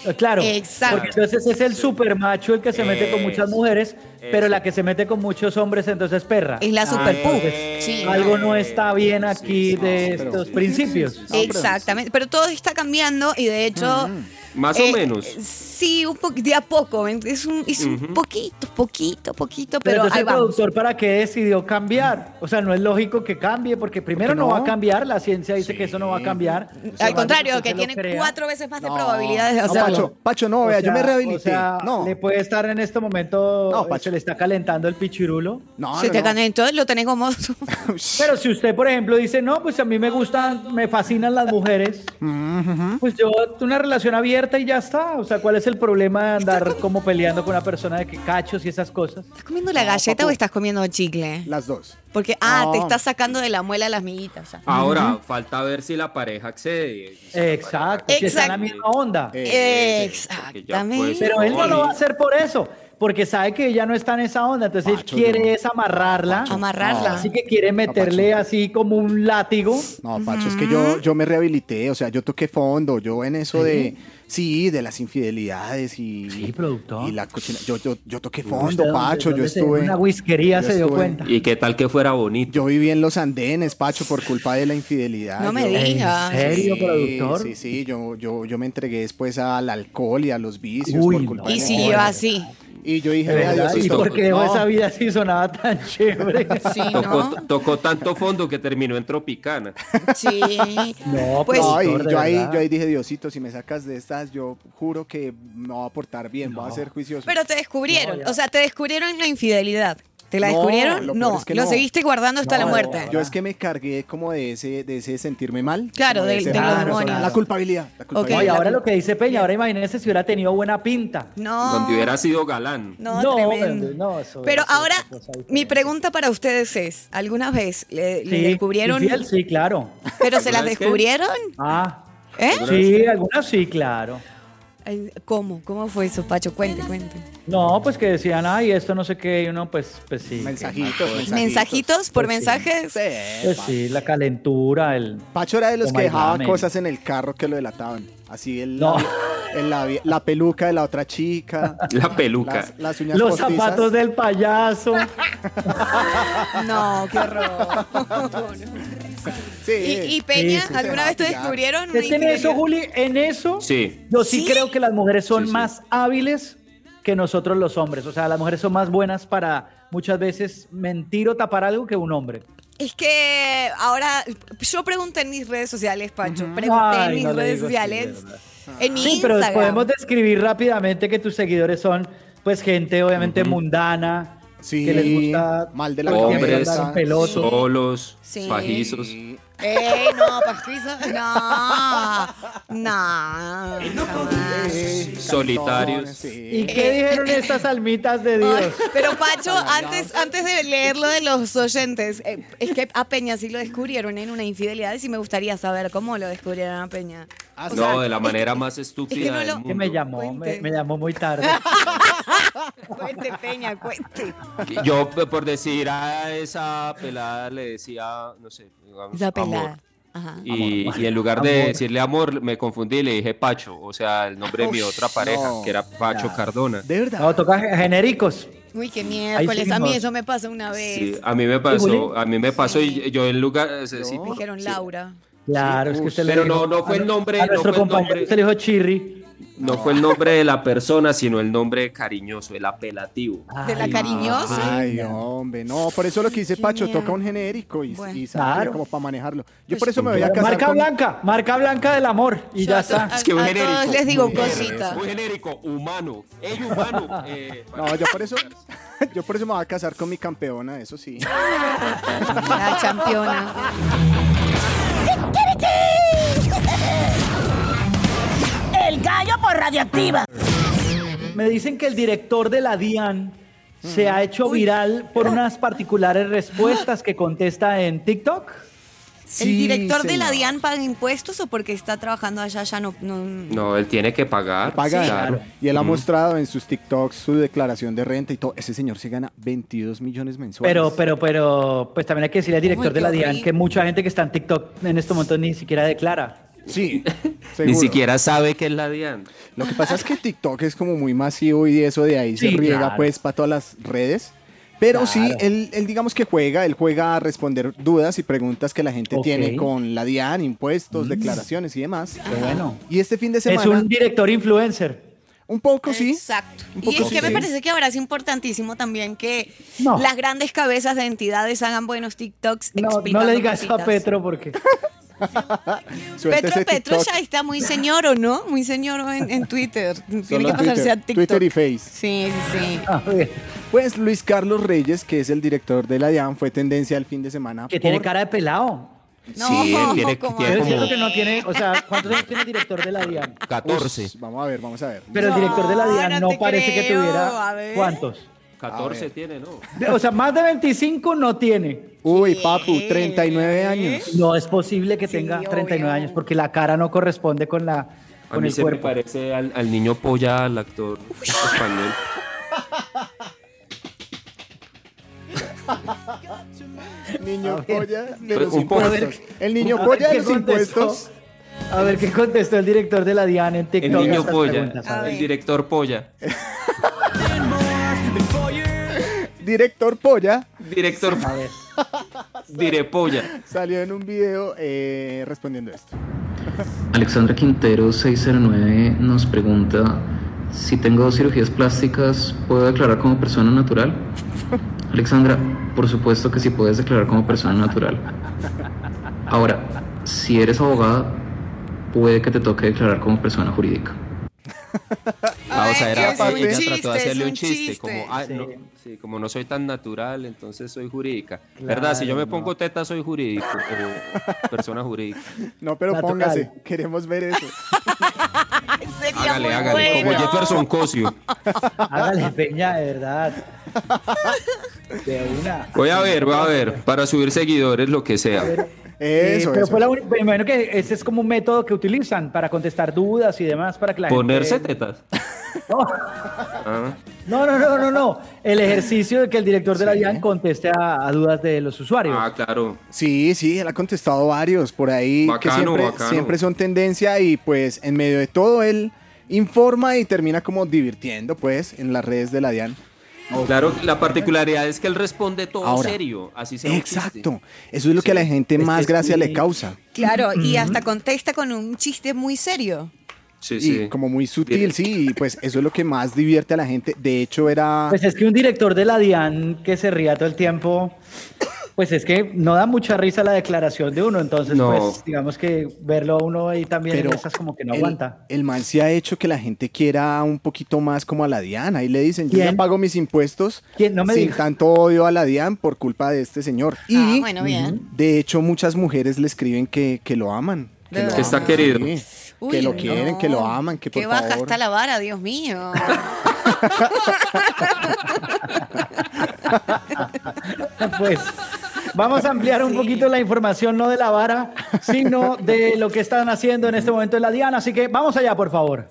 E: Eh, Claro.
F: Exacto.
E: Porque entonces es el super macho el que se mete con
D: Eso,
E: muchas mujeres, pero
D: eso.
E: la que se mete con muchos hombres entonces es perra.
F: Es la super
E: Ah,
F: pu.
E: entonces,
F: Sí.
E: Algo no está bien aquí de estos principios. Mm.
F: Exactamente, pero todo está cambiando y de hecho...
D: Mm. Más o
F: eh,
D: menos.
F: eh, Sí, un po- de a poco. Es un, es un
E: Ujú.
F: poquito, poquito, poquito,
E: Pero
F: pero,
E: entonces
F: ahí
E: el
F: vamos.
E: productor para qué decidió cambiar. O sea, no es lógico que cambie, porque primero no?
F: no?
E: va a cambiar, la ciencia dice que eso no va a cambiar.
F: Al contrario, que
E: tiene
F: tiene cuatro veces más de probabilidades de hacerlo.
B: Pacho, Pacho, no, vea, yo me rehabilité.
E: no. Le puede estar en este momento, eh, se le está calentando el pichirulo.
F: No, Se te calentó, lo tenés como...
E: Pero si usted, por ejemplo, dice, no, pues a mí me gustan, me fascinan las mujeres, pues yo, una relación abierta y ya está. O sea, ¿cuál es el problema de andar como peleando con una persona de que cachos y esas cosas?
F: ¿Estás comiendo la galleta o estás comiendo chicle? Las dos. Porque, ah, te estás sacando de la muela las miguitas. ya.
D: Ahora, falta ver si la pareja accede. Eh,
E: Exacto, si está en la misma onda.
F: Eh,
D: Exactamente.
E: Pero él no lo va a hacer por eso, porque sabe que ella no está en esa onda, entonces él quiere es amarrarla.
F: Amarrarla.
E: Así que quiere meterle así como un látigo.
C: No, Pacho, es que yo, yo me rehabilité, o sea, yo toqué fondo, yo en eso de, sí, de las infidelidades y... Y la cochina, yo, yo, yo toqué fondo,
E: ¿dónde-
C: Pacho,
E: dónde
C: yo
E: se-
C: estuve...
E: en una whiskería
C: yo
E: se dio
C: estuve-
E: cuenta.
D: ¿Y qué tal que fuera bonito?
C: Yo viví en los Andenes, Pacho, por culpa de la infidelidad.
F: No me
C: Yo-
F: digas. ¿En serio,
C: Sí,
F: productor?
C: Sí, sí, yo, yo, yo me entregué después al alcohol y a los vicios
E: Uy,
C: por culpa de
F: Y
C: la
F: si
C: infidelidad.
F: lleva así.
C: Y yo dije,
E: De
C: vea,
E: verdad, y
C: Diosito,
E: porque dejó
C: no.
E: esa vida así sonaba tan chévere.
D: Tocó, tocó tanto fondo que terminó en Tropicana.
F: Sí.
E: No,
C: Pues,
D: productor,
C: ay,
D: de
C: yo, ahí,
D: verdad.
C: yo ahí dije, Diosito, si me sacas de estas, yo juro que no va a portar bien, va a ser juicioso.
F: Pero te descubrieron, o sea, te descubrieron la infidelidad. ¿Te la
C: No,
F: descubrieron?
C: lo peor
F: no,
C: es que
F: lo
C: no.
F: seguiste guardando hasta
C: No,
F: la muerte.
C: Yo es que me cargué como de ese, de ese sentirme mal.
F: Claro,
C: como de
F: del-
C: ser
F: de los
C: mala
F: demonios.
C: persona. La culpabilidad. La
E: No,
C: culpabilidad.
E: y ahora lo que dice Peña, ahora imagínense si hubiera tenido buena pinta.
F: No,
D: Donde hubiera sido galán.
F: Ah. no,
E: No,
F: tremendo.
E: hombre, no, eso
F: Pero
E: es otra
F: ahora,
E: cosa
F: mi pregunta para ustedes es, ¿alguna vez ah, le, le
E: Sí,
F: descubrieron?
E: infiel, sí, claro.
F: ¿Pero se las
E: ¿Alguna vez qué?
F: descubrieron?
E: Ah.
F: ¿Eh?
E: Sí, algunas sí, claro.
F: Ay, ¿Cómo? ¿Cómo fue eso, Pacho? Cuente, cuente.
E: No, pues que decían, ay, esto no sé qué, y uno, pues, pues sí. Mensajitos,
F: ¿Mensajitos por mensajes?
E: Pues sí, la calentura, el...
C: Pacho era de los
E: Oh
C: que
E: my
C: dejaba
E: God,
C: cosas en el carro que lo delataban. Así el
E: No.
C: labi- el labi- la peluca de la otra chica.
D: La peluca.
C: Las, las uñas
E: Los
C: postizas.
E: zapatos del payaso.
F: No, qué horror. ¿Y, y Peña,
E: Sí, sí,
F: alguna
E: sí.
F: vez te descubrieron? una
E: Es que en
F: infidelidad?
E: eso, Juli, en eso,
D: Sí.
E: yo sí, creo que las mujeres son más hábiles que nosotros los hombres. O sea, las mujeres son más buenas para muchas veces mentir o tapar algo que un hombre.
F: Es que ahora, yo pregunté en mis redes sociales, Pacho, pregunté en
E: Ay,
F: mis
E: no le
F: redes
E: digo así,
F: sociales,
E: de verdad.
F: en mi
E: Sí, pero
F: Instagram.
E: podemos describir rápidamente que tus seguidores son, pues, gente obviamente mundana, que les gusta mal de
C: la
D: Hombres,
E: peloso.
D: solos,
F: Sí.
D: pajizos.
F: ¡Ey, no, pajizo! ¡No! ¡No! jamás.
D: solitarios.
E: ¿Y qué dijeron estas almitas de Dios?
F: Pero Pacho, antes, antes de leer lo de los oyentes, eh, es que a Peña sí lo descubrieron en una infidelidad y sí me gustaría saber cómo lo descubrieron a Peña.
E: Ah,
F: O sea,
D: no, de la manera más estúpida
F: no
D: del
F: lo-
D: mundo.
E: Que me llamó, me, me llamó muy tarde.
F: Cuente, Peña, cuente.
D: Yo, eh, por decir a esa pelada, le decía, no sé, digamos,
F: Esa pelada.
D: amor.
F: Ajá.
D: Y,
F: Amor.
D: y en lugar de
F: Amor.
D: decirle amor, me confundí y le dije Pacho, o sea, el nombre de mi
F: Ush,
D: otra pareja,
F: no.
D: que era Pacho Cardona.
C: De verdad.
E: No, toca ge- genéricos.
F: Uy, qué miércoles. A mí
D: seguimos.
F: eso me pasa una vez.
D: Sí, a mí me pasó, a mí me pasó y yo en lugar, sí, sí,
F: Me dijeron Laura.
E: Claro, es que usted le
D: Pero
E: dijo-
D: no, no fue
E: a-
D: el nombre, no
E: A nuestro
D: fue el
E: compañero
D: nombre.
E: se le dijo Chirri.
D: no fue el nombre de la persona, sino el nombre cariñoso, el apelativo.
F: ¿De la cariñosa?
C: Ay, hombre, no, por eso lo que dice Pacho, toca un genérico y, y sabe
E: Claro.
C: como para manejarlo. Yo por eso me voy a
E: Pero
C: casar
E: Marca
C: con-
E: blanca, marca blanca del amor. Y ya está.
C: a- Es que un a genérico. todos les digo
D: Muy genérico,
C: cosita.
D: Muy genérico, humano, es humano. eh,
C: No, yo por eso, yo por eso me voy a casar con mi campeona, eso sí.
F: La campeona.
A: El gallo por radioactiva.
E: Me dicen que el director de la DIAN se ha hecho viral por unas particulares respuestas que contesta en TikTok.
F: ¿El director de la DIAN paga impuestos o porque está trabajando allá ya no, no-
D: No, él tiene que pagar.
C: Paga.
D: claro.
C: Y él ha
D: Mm.
C: mostrado en sus TikToks su declaración de renta y todo. Ese señor se gana 22 millones mensuales.
E: Pero, pero, pero, pues también hay que decirle al director
C: Uy,
E: de la
C: qué
E: DIAN
C: horrible.
E: que mucha gente que está en TikTok en este momento ni siquiera declara.
C: Sí.
D: Ni
C: seguro.
D: siquiera sabe que es la DIAN.
C: Lo que pasa es que TikTok es como muy masivo y eso de ahí
D: Sí,
C: se riega
D: claro.
C: pues para todas las redes. Pero sí,
D: Claro.
C: él, él digamos que juega, él juega a responder dudas y preguntas que la gente
E: Ok. Mm.
C: tiene con la DIAN, impuestos, declaraciones y demás.
E: bueno.
C: Y este fin de
E: Es
C: semana...
E: un director influencer.
C: Un poco sí.
F: Exacto.
C: Un
F: Y
C: poco
F: es que me
C: sí.
F: parece que ahora es importantísimo también que
C: No.
F: las grandes cabezas de entidades hagan buenos TikToks.
E: No, no
F: explicando
E: le digas eso a
F: cositas.
E: Petro porque.
C: Suelta ese
F: Petro, Petro
C: TikTok.
F: ya está muy señor, ¿o no? Muy señor en, en Twitter. Tiene
C: Solo
F: que
C: en
F: pasarse
C: Twitter.
F: a TikTok.
C: Twitter y Face.
F: Sí, sí, sí.
C: Pues Luis Carlos Reyes, que es el director de la DIAN, fue tendencia el fin de semana.
E: Que tiene
C: por-
E: cara de pelado.
C: No, Sí, él tiene-
E: Yo
C: ¿cómo
E: es
C: así?
E: cierto que no tiene, o sea, ¿cuántos años tiene el director de la DIAN?
C: 14. vamos a ver, vamos a ver.
E: Pero el director de la DIAN no,
D: te
E: parece que
D: creo,
E: tuviera
D: a ver.
E: cuántos.
D: 14 tiene, ¿no?
E: De- O sea, más de 25 no tiene.
C: Uy, papu, 39 años.
E: No es posible que tenga 39 años porque la cara no corresponde con la
D: A
E: con
D: mí
E: el
D: se me
E: cuerpo.
D: parece al, al niño polla, al actor español.
C: Niño
E: A ver.
C: polla de
D: Pues
C: los
D: un poco.
C: impuestos. El niño
E: A ver
C: polla de
E: qué
C: los
E: contestó.
C: impuestos.
E: A ver qué contestó el director de la DIAN en
D: El
E: TikTok. a
D: niño
E: estas
D: polla.
E: preguntas, a ver.
D: El director polla.
C: Director polla
D: Director Dire polla.
C: salió en un video eh, respondiendo esto.
P: Alexandra Quintero 609 nos pregunta si tengo cirugías plásticas, ¿puedo declarar como persona natural? Alexandra, por supuesto que sí puedes declarar como persona natural. Ahora, si eres abogada, puede que te toque declarar como persona jurídica.
D: Ah, o sea, era
P: es un
D: ella
P: chiste,
D: trató de
P: es
D: hacerle
P: un
D: un chiste,
P: chiste.
D: como, ah,
P: Sí.
D: no, sí, como no soy tan natural, entonces soy jurídica.
C: Claro,
D: ¿Verdad? Si yo me
C: no.
D: pongo teta, soy jurídico, o persona jurídica.
C: No, pero
D: Natural.
C: póngase, queremos ver eso.
D: Hágale,
C: muy
D: hágale, como
C: bueno.
D: Jefferson Cosio.
E: Hágale peña, de verdad. De una.
D: Voy a ver, voy a ver, para subir seguidores, lo que sea.
E: Eh,
C: Eso,
E: pero
C: eso.
E: fue la única- me imagino que ese es como un método que utilizan para contestar dudas y demás para que la
D: Ponerse
E: gente-
D: tetas.
E: No, no, no, no, no. El ejercicio de que el director de la DIAN conteste a, a dudas de los usuarios.
D: Ah, claro.
C: Sí, sí, él ha contestado varios por ahí
D: Bacano,
C: que siempre,
D: bacano.
C: siempre son tendencia y pues en medio de todo él informa y termina como divirtiendo pues en las redes de la DIAN.
D: Claro, la particularidad es que él responde todo
C: Ahora.
D: serio, así sea un chiste.
C: Exacto, eso es lo que a la gente
D: que
C: más
D: es
C: gracia
D: muy-
C: le causa.
F: Claro, y hasta contesta con un chiste muy serio.
D: Sí,
C: y
D: sí.
C: como muy sutil, sí, y pues eso es lo que más divierte a la gente. De hecho era...
E: Pues es que un director de la DIAN que se ría todo el tiempo, pues es que no da mucha risa la declaración de uno. Entonces,
C: No.
E: pues digamos que verlo a uno ahí también en
C: Pero
E: esas como que no
C: el-
E: aguanta.
C: El, man sí ha hecho que la gente quiera un poquito más como a la DIAN. Ahí le dicen, yo ya
E: ¿Quién?
C: pago mis impuestos
E: ¿Quién? No me
C: sin
E: diga.
C: tanto odio a la DIAN por culpa de este señor. Y
F: Ah, bueno, bien.
C: Ujú. de hecho muchas mujeres le escriben que, que lo aman.
F: De
C: lo
F: verdad. Que está
C: aman,
D: querido.
C: sí,
F: Uy,
C: que lo
F: no.
C: quieren, que lo aman, que por
F: Qué baja
C: favor.
F: está la vara, Dios mío.
E: Pues vamos a ampliar un poquito la información, no de la vara, sino de lo que están haciendo en este momento en la Diana. Así que vamos allá, por favor.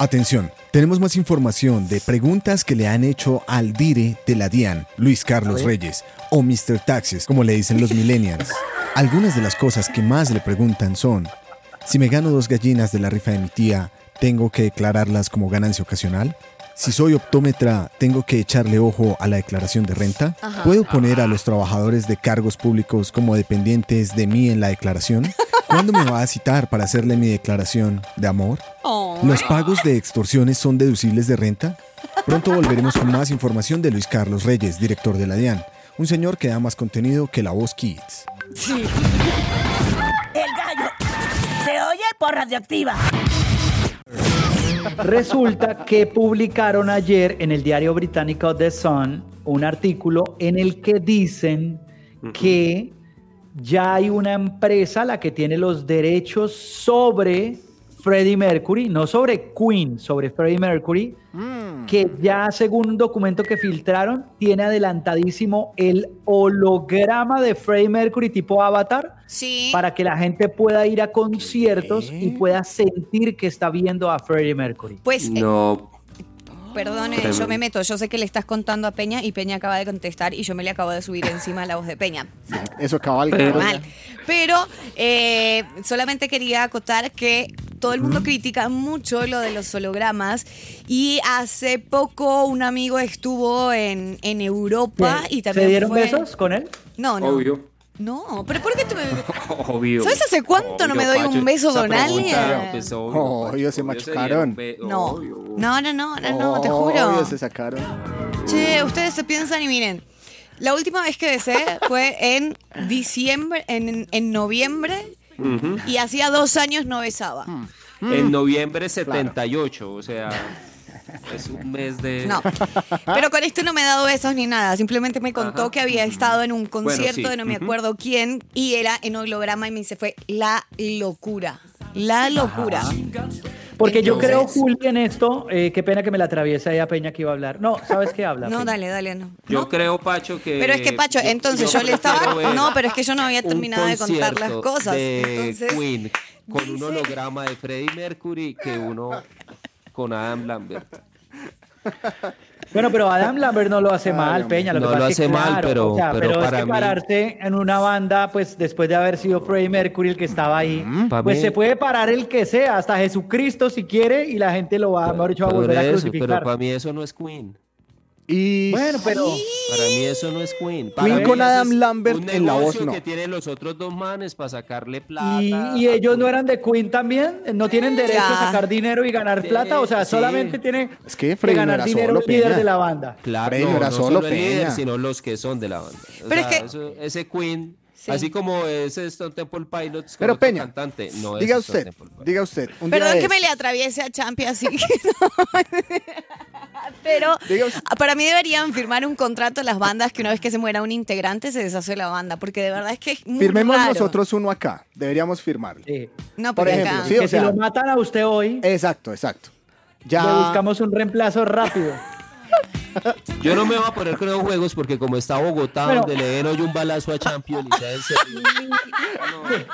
Q: Atención, tenemos más información de preguntas que le han hecho al dire de la DIAN, Luis Carlos
R: A ver.
Q: Reyes, o Mr. Taxes, como le dicen los millennials. Algunas de las cosas que más le preguntan son, si me gano dos gallinas de la rifa de mi tía, ¿tengo que declararlas como ganancia ocasional? Si soy optómetra, ¿tengo que echarle ojo a la declaración de renta?
R: Ajá.
Q: ¿Puedo poner a los trabajadores de cargos públicos como dependientes de mí en la declaración? ¿Cuándo me va a citar para hacerle mi declaración de amor? ¿Los pagos de extorsiones son deducibles de renta? Pronto volveremos con más información de Luis Carlos Reyes, director de la DIAN, un señor que da más contenido que la voz Kids.
A: Sí. El gallo se oye por radioactiva.
E: Resulta que publicaron ayer en el diario británico The Sun un artículo en el que dicen que ya hay una empresa la que tiene los derechos sobre Freddie Mercury, no sobre Queen, sobre Freddie Mercury,
F: Mm. Hmm.
E: que ya según un documento que filtraron tiene adelantadísimo el holograma de Freddie Mercury tipo avatar para que la gente pueda ir a conciertos y pueda sentir que está viendo a Freddie Mercury.
F: Pues, eh,
D: No,
F: Perdone,
E: Tremendo.
F: yo me meto. Yo sé que le estás contando a Peña y Peña acaba de contestar y yo me le acabo de subir encima la voz de Peña.
C: Eso cabalga.
F: Mal. Pero eh, solamente quería acotar que todo el mundo critica mucho lo de los hologramas y hace poco un amigo estuvo en, en Europa y también
E: ¿Se dieron
F: fue-
E: besos con él?
F: No, no.
D: obvio.
F: No, pero ¿por qué tú me.?
D: Obvio.
F: ¿Sabes hace cuánto no me doy un beso
D: Esa
F: con
D: pregunta,
F: alguien?
D: pues, obvio,
C: Oh,
D: Pacho,
C: ellos se
D: obvio
C: machucaron.
D: dieron be-
F: No,
D: obvio.
F: no, no, no, no, no, te
C: Oh,
F: juro.
C: obvio, se sacaron.
F: Che, ustedes se piensan y miren, la última vez que besé fue en diciembre, en, en noviembre,
D: Ujú.
F: y hacía dos años no besaba. Mm.
D: En noviembre 78, o sea, es un mes de...
F: No. Pero con esto no me he dado besos ni nada. Simplemente me contó que había estado en un concierto
D: sí,
F: de no me
D: ujú.
F: acuerdo quién y era en holograma y me dice fue la locura. La locura.
E: Porque yo creo,
F: Entonces-
E: Juli, en esto, eh, qué pena que me la atraviesa ahí a Peña que iba a hablar. No, ¿sabes qué habla?
F: No,
E: Peña?
F: dale, dale, no.
D: Yo creo, Pacho, que...
F: Pero es que, Pacho, entonces yo, le
D: prefiero
F: estaba.
D: ver
F: No, pero es que yo no había
D: un
F: terminado de contar las
D: concierto
F: cosas.
D: de
F: Entonces.
D: Queen, con un holograma de Freddie Mercury que uno con Adam Lambert.
E: Bueno, pero Adam Lambert no lo hace mal, Peña. Lo que
D: No
E: pasa
D: lo
E: es que,
D: hace mal,
E: claro,
D: pero-
E: o sea,
D: pero
E: es
D: para
E: que
D: mí-
E: pararse en una banda, pues después de haber sido Freddie Mercury el que estaba ahí,
D: Pa'
E: pues
D: mí-
E: se puede parar el que sea, hasta Jesucristo si quiere, y la gente lo va, mejor dicho, va a
D: Por
E: volver a
D: eso,
E: crucificar.
D: pero para mí eso no es Queen.
C: Y
E: Bueno, pero
D: Para mí eso no es Queen. Para
C: Queen
D: mí
C: con
D: eso
C: Adam
D: es
C: Lambert
D: un
C: en la voz,
D: negocio
C: no.
D: que tienen los otros dos manes para sacarle plata.
E: ¿Y, y ellos no eran de Queen también? ¿No tienen derecho a sacar dinero y ganar plata? O sea,
D: sí.
E: solamente tiene
C: Es que
E: que
C: Freddy no
E: ganar
C: era
E: dinero
C: solo,
E: el líder
C: Peña.
E: de la banda.
D: Claro,
C: Freddy no
D: no,
C: era
D: no
C: solo
D: solo el líder,
C: Peña.
D: sino los que son de la banda. O
F: Pero es
D: sea,
F: que-
D: eso- ese Queen,
F: Sí.
D: así como ese Stone Temple Pilots, con
C: Pero
D: otro
C: Peña,
D: cantante, no es
C: diga
D: Stone
C: usted,
D: Temple.
C: diga usted. un día
F: Perdón
C: de
F: que me
C: estos.
F: le atraviese a Champi así. que no. Pero ah,
C: Diga usted.
F: para mí deberían firmar un contrato las bandas que una vez que se muera un integrante se deshace la banda, porque de verdad es que es muy
C: Firmemos
F: raro.
C: nosotros uno acá. Deberíamos firmarlo.
F: No,
C: Por
F: porque
C: ejemplo,
F: acá.
C: sí, o
E: que si
C: sea,
E: lo matan a usted hoy,
C: exacto, exacto. Ya.
E: le buscamos un reemplazo rápido.
D: Yo no me voy a poner con los juegos porque como está Bogotá,
E: Pero-
D: donde le den hoy un balazo a Champions, y sea en serio.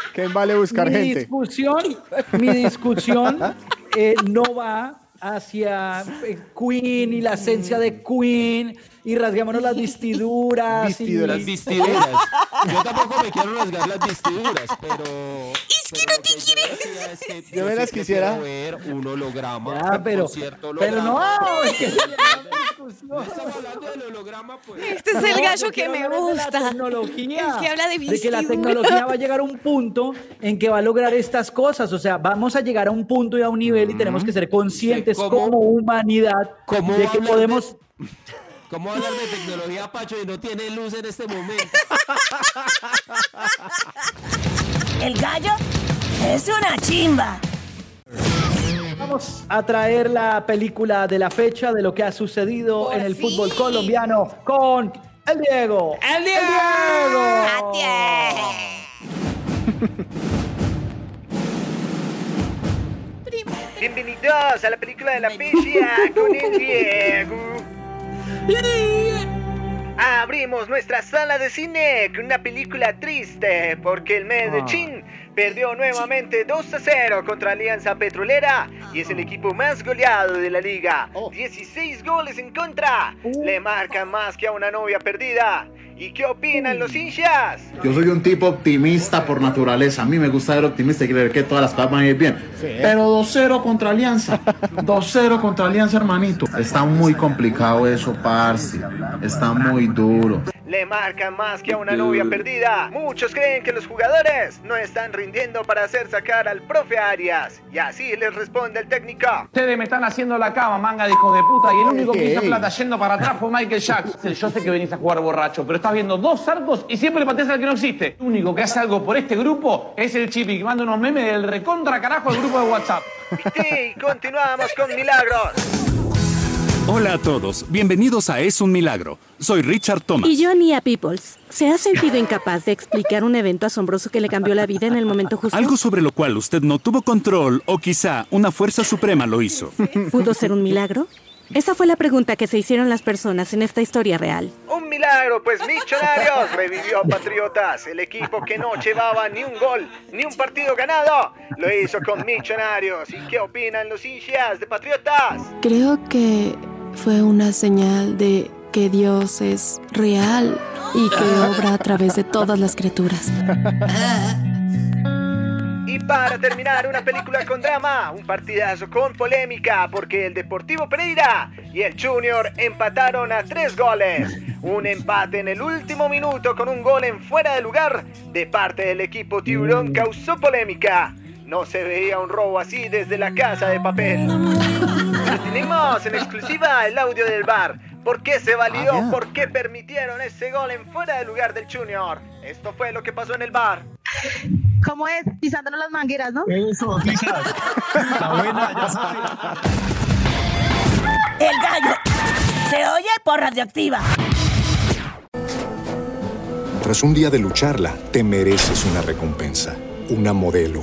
C: ¿Quién vale buscar
E: mi
C: gente?
E: discusión, mi discusión eh, no va hacia eh, Queen y la esencia de Queen y rasguémonos las vestiduras.
C: Vestiduras.
D: Las
E: y-
D: vestiduras. Yo tampoco me quiero rasgar las vestiduras, pues. pero...
F: Es que no te quieres.
C: Yo verás quisiera-
D: quiero ver un holograma,
E: Ah,
D: un
E: pero,
D: concierto
E: pero
D: holograma.
E: no, es que-
D: Estamos hablando del holograma, pues.
F: Este es el
E: No,
F: gallo
E: yo
F: que
E: quiero
F: me
E: hablar es de
F: gusta.
E: La tecnología.
F: El que habla de
E: que la
F: vestiduras.
E: tecnología va a llegar a un punto en que va a lograr estas cosas. O sea, vamos a llegar a un punto y a un nivel y tenemos que ser conscientes
D: ¿Usted Mm, cómo-
E: como humanidad
D: cómo
E: de
D: va a
E: que
D: hablar
E: podemos.
D: ¿Cómo hablar de tecnología, Pacho, y no tiene luz en este momento?
A: El gallo es una chimba.
E: Vamos a traer la película de la fecha de lo que ha sucedido en el fútbol colombiano con el Diego. ¡El Diego!
N: Bienvenidos a la película de la fecha con el Diego. Abrimos nuestra sala de cine con una película triste porque el
C: Ah.
N: Medellín perdió nuevamente 2 a 0 contra Alianza Petrolera y es el equipo más goleado de la liga. 16 goles en contra. Le marcan más que a una novia perdida. ¿Y qué opinan los hinchas?
R: Yo soy un tipo optimista por naturaleza. A mí me gusta ser optimista y creer que todas las cosas van a ir bien. Pero 2-0 contra Alianza. 2-0 contra Alianza, hermanito. Está muy complicado eso, Parsi. Está muy duro.
N: Le marcan más que a una novia perdida. Muchos creen que los jugadores no están rindiendo para hacer sacar al profe Arias. Y así les responde el técnico.
S: Ustedes me están haciendo la cama, manga de hijos de puta, y el único que hizo
N: Ey.
S: plata yendo para atrás fue Michael Jackson. Yo sé que venís a jugar borracho, pero estás viendo dos arcos y siempre le pateas al que no existe. El único que hace algo por este grupo es el Chipi, que manda unos memes del recontra carajo al grupo de WhatsApp.
N: Y continuamos con Milagros.
T: Hola a todos, bienvenidos a Es un Milagro. Soy Richard Thomas.
U: Y Johnny a Peoples, ¿se ha sentido incapaz de explicar un evento asombroso que le cambió la vida en el momento justo?
T: Algo sobre lo cual usted no tuvo control o quizá una fuerza suprema lo hizo.
U: ¿Pudo ser un milagro? Esa fue la pregunta que se hicieron las personas en esta historia real.
N: Un milagro, pues Millonarios revivió a Patriotas, el equipo que no llevaba ni un gol, ni un partido ganado. Lo hizo con Millonarios. ¿Y qué opinan los hinchas de Patriotas?
V: Creo que fue una señal de que Dios es real y que obra a través de todas las criaturas.
N: Y Y para terminar, una película con drama, un partidazo con polémica, porque el Deportivo Pereira y el Junior empataron a tres goles. Un empate en el último minuto con un gol en fuera de lugar de parte del equipo
W: Mm.
N: tiburón causó polémica. No se veía un robo así desde la casa de papel. Tenemos en exclusiva el audio del bar. ¿Por qué se validó?
W: Ah, ya.
N: ¿Por qué permitieron ese gol en fuera de lugar del Junior? Esto fue lo que pasó en el bar.
G: ¿Cómo es? Pisándonos las mangueras, ¿no? Eso,
A: El gallo se oye por radioactiva.
I: Tras un día de lucharla, te mereces una recompensa, una modelo,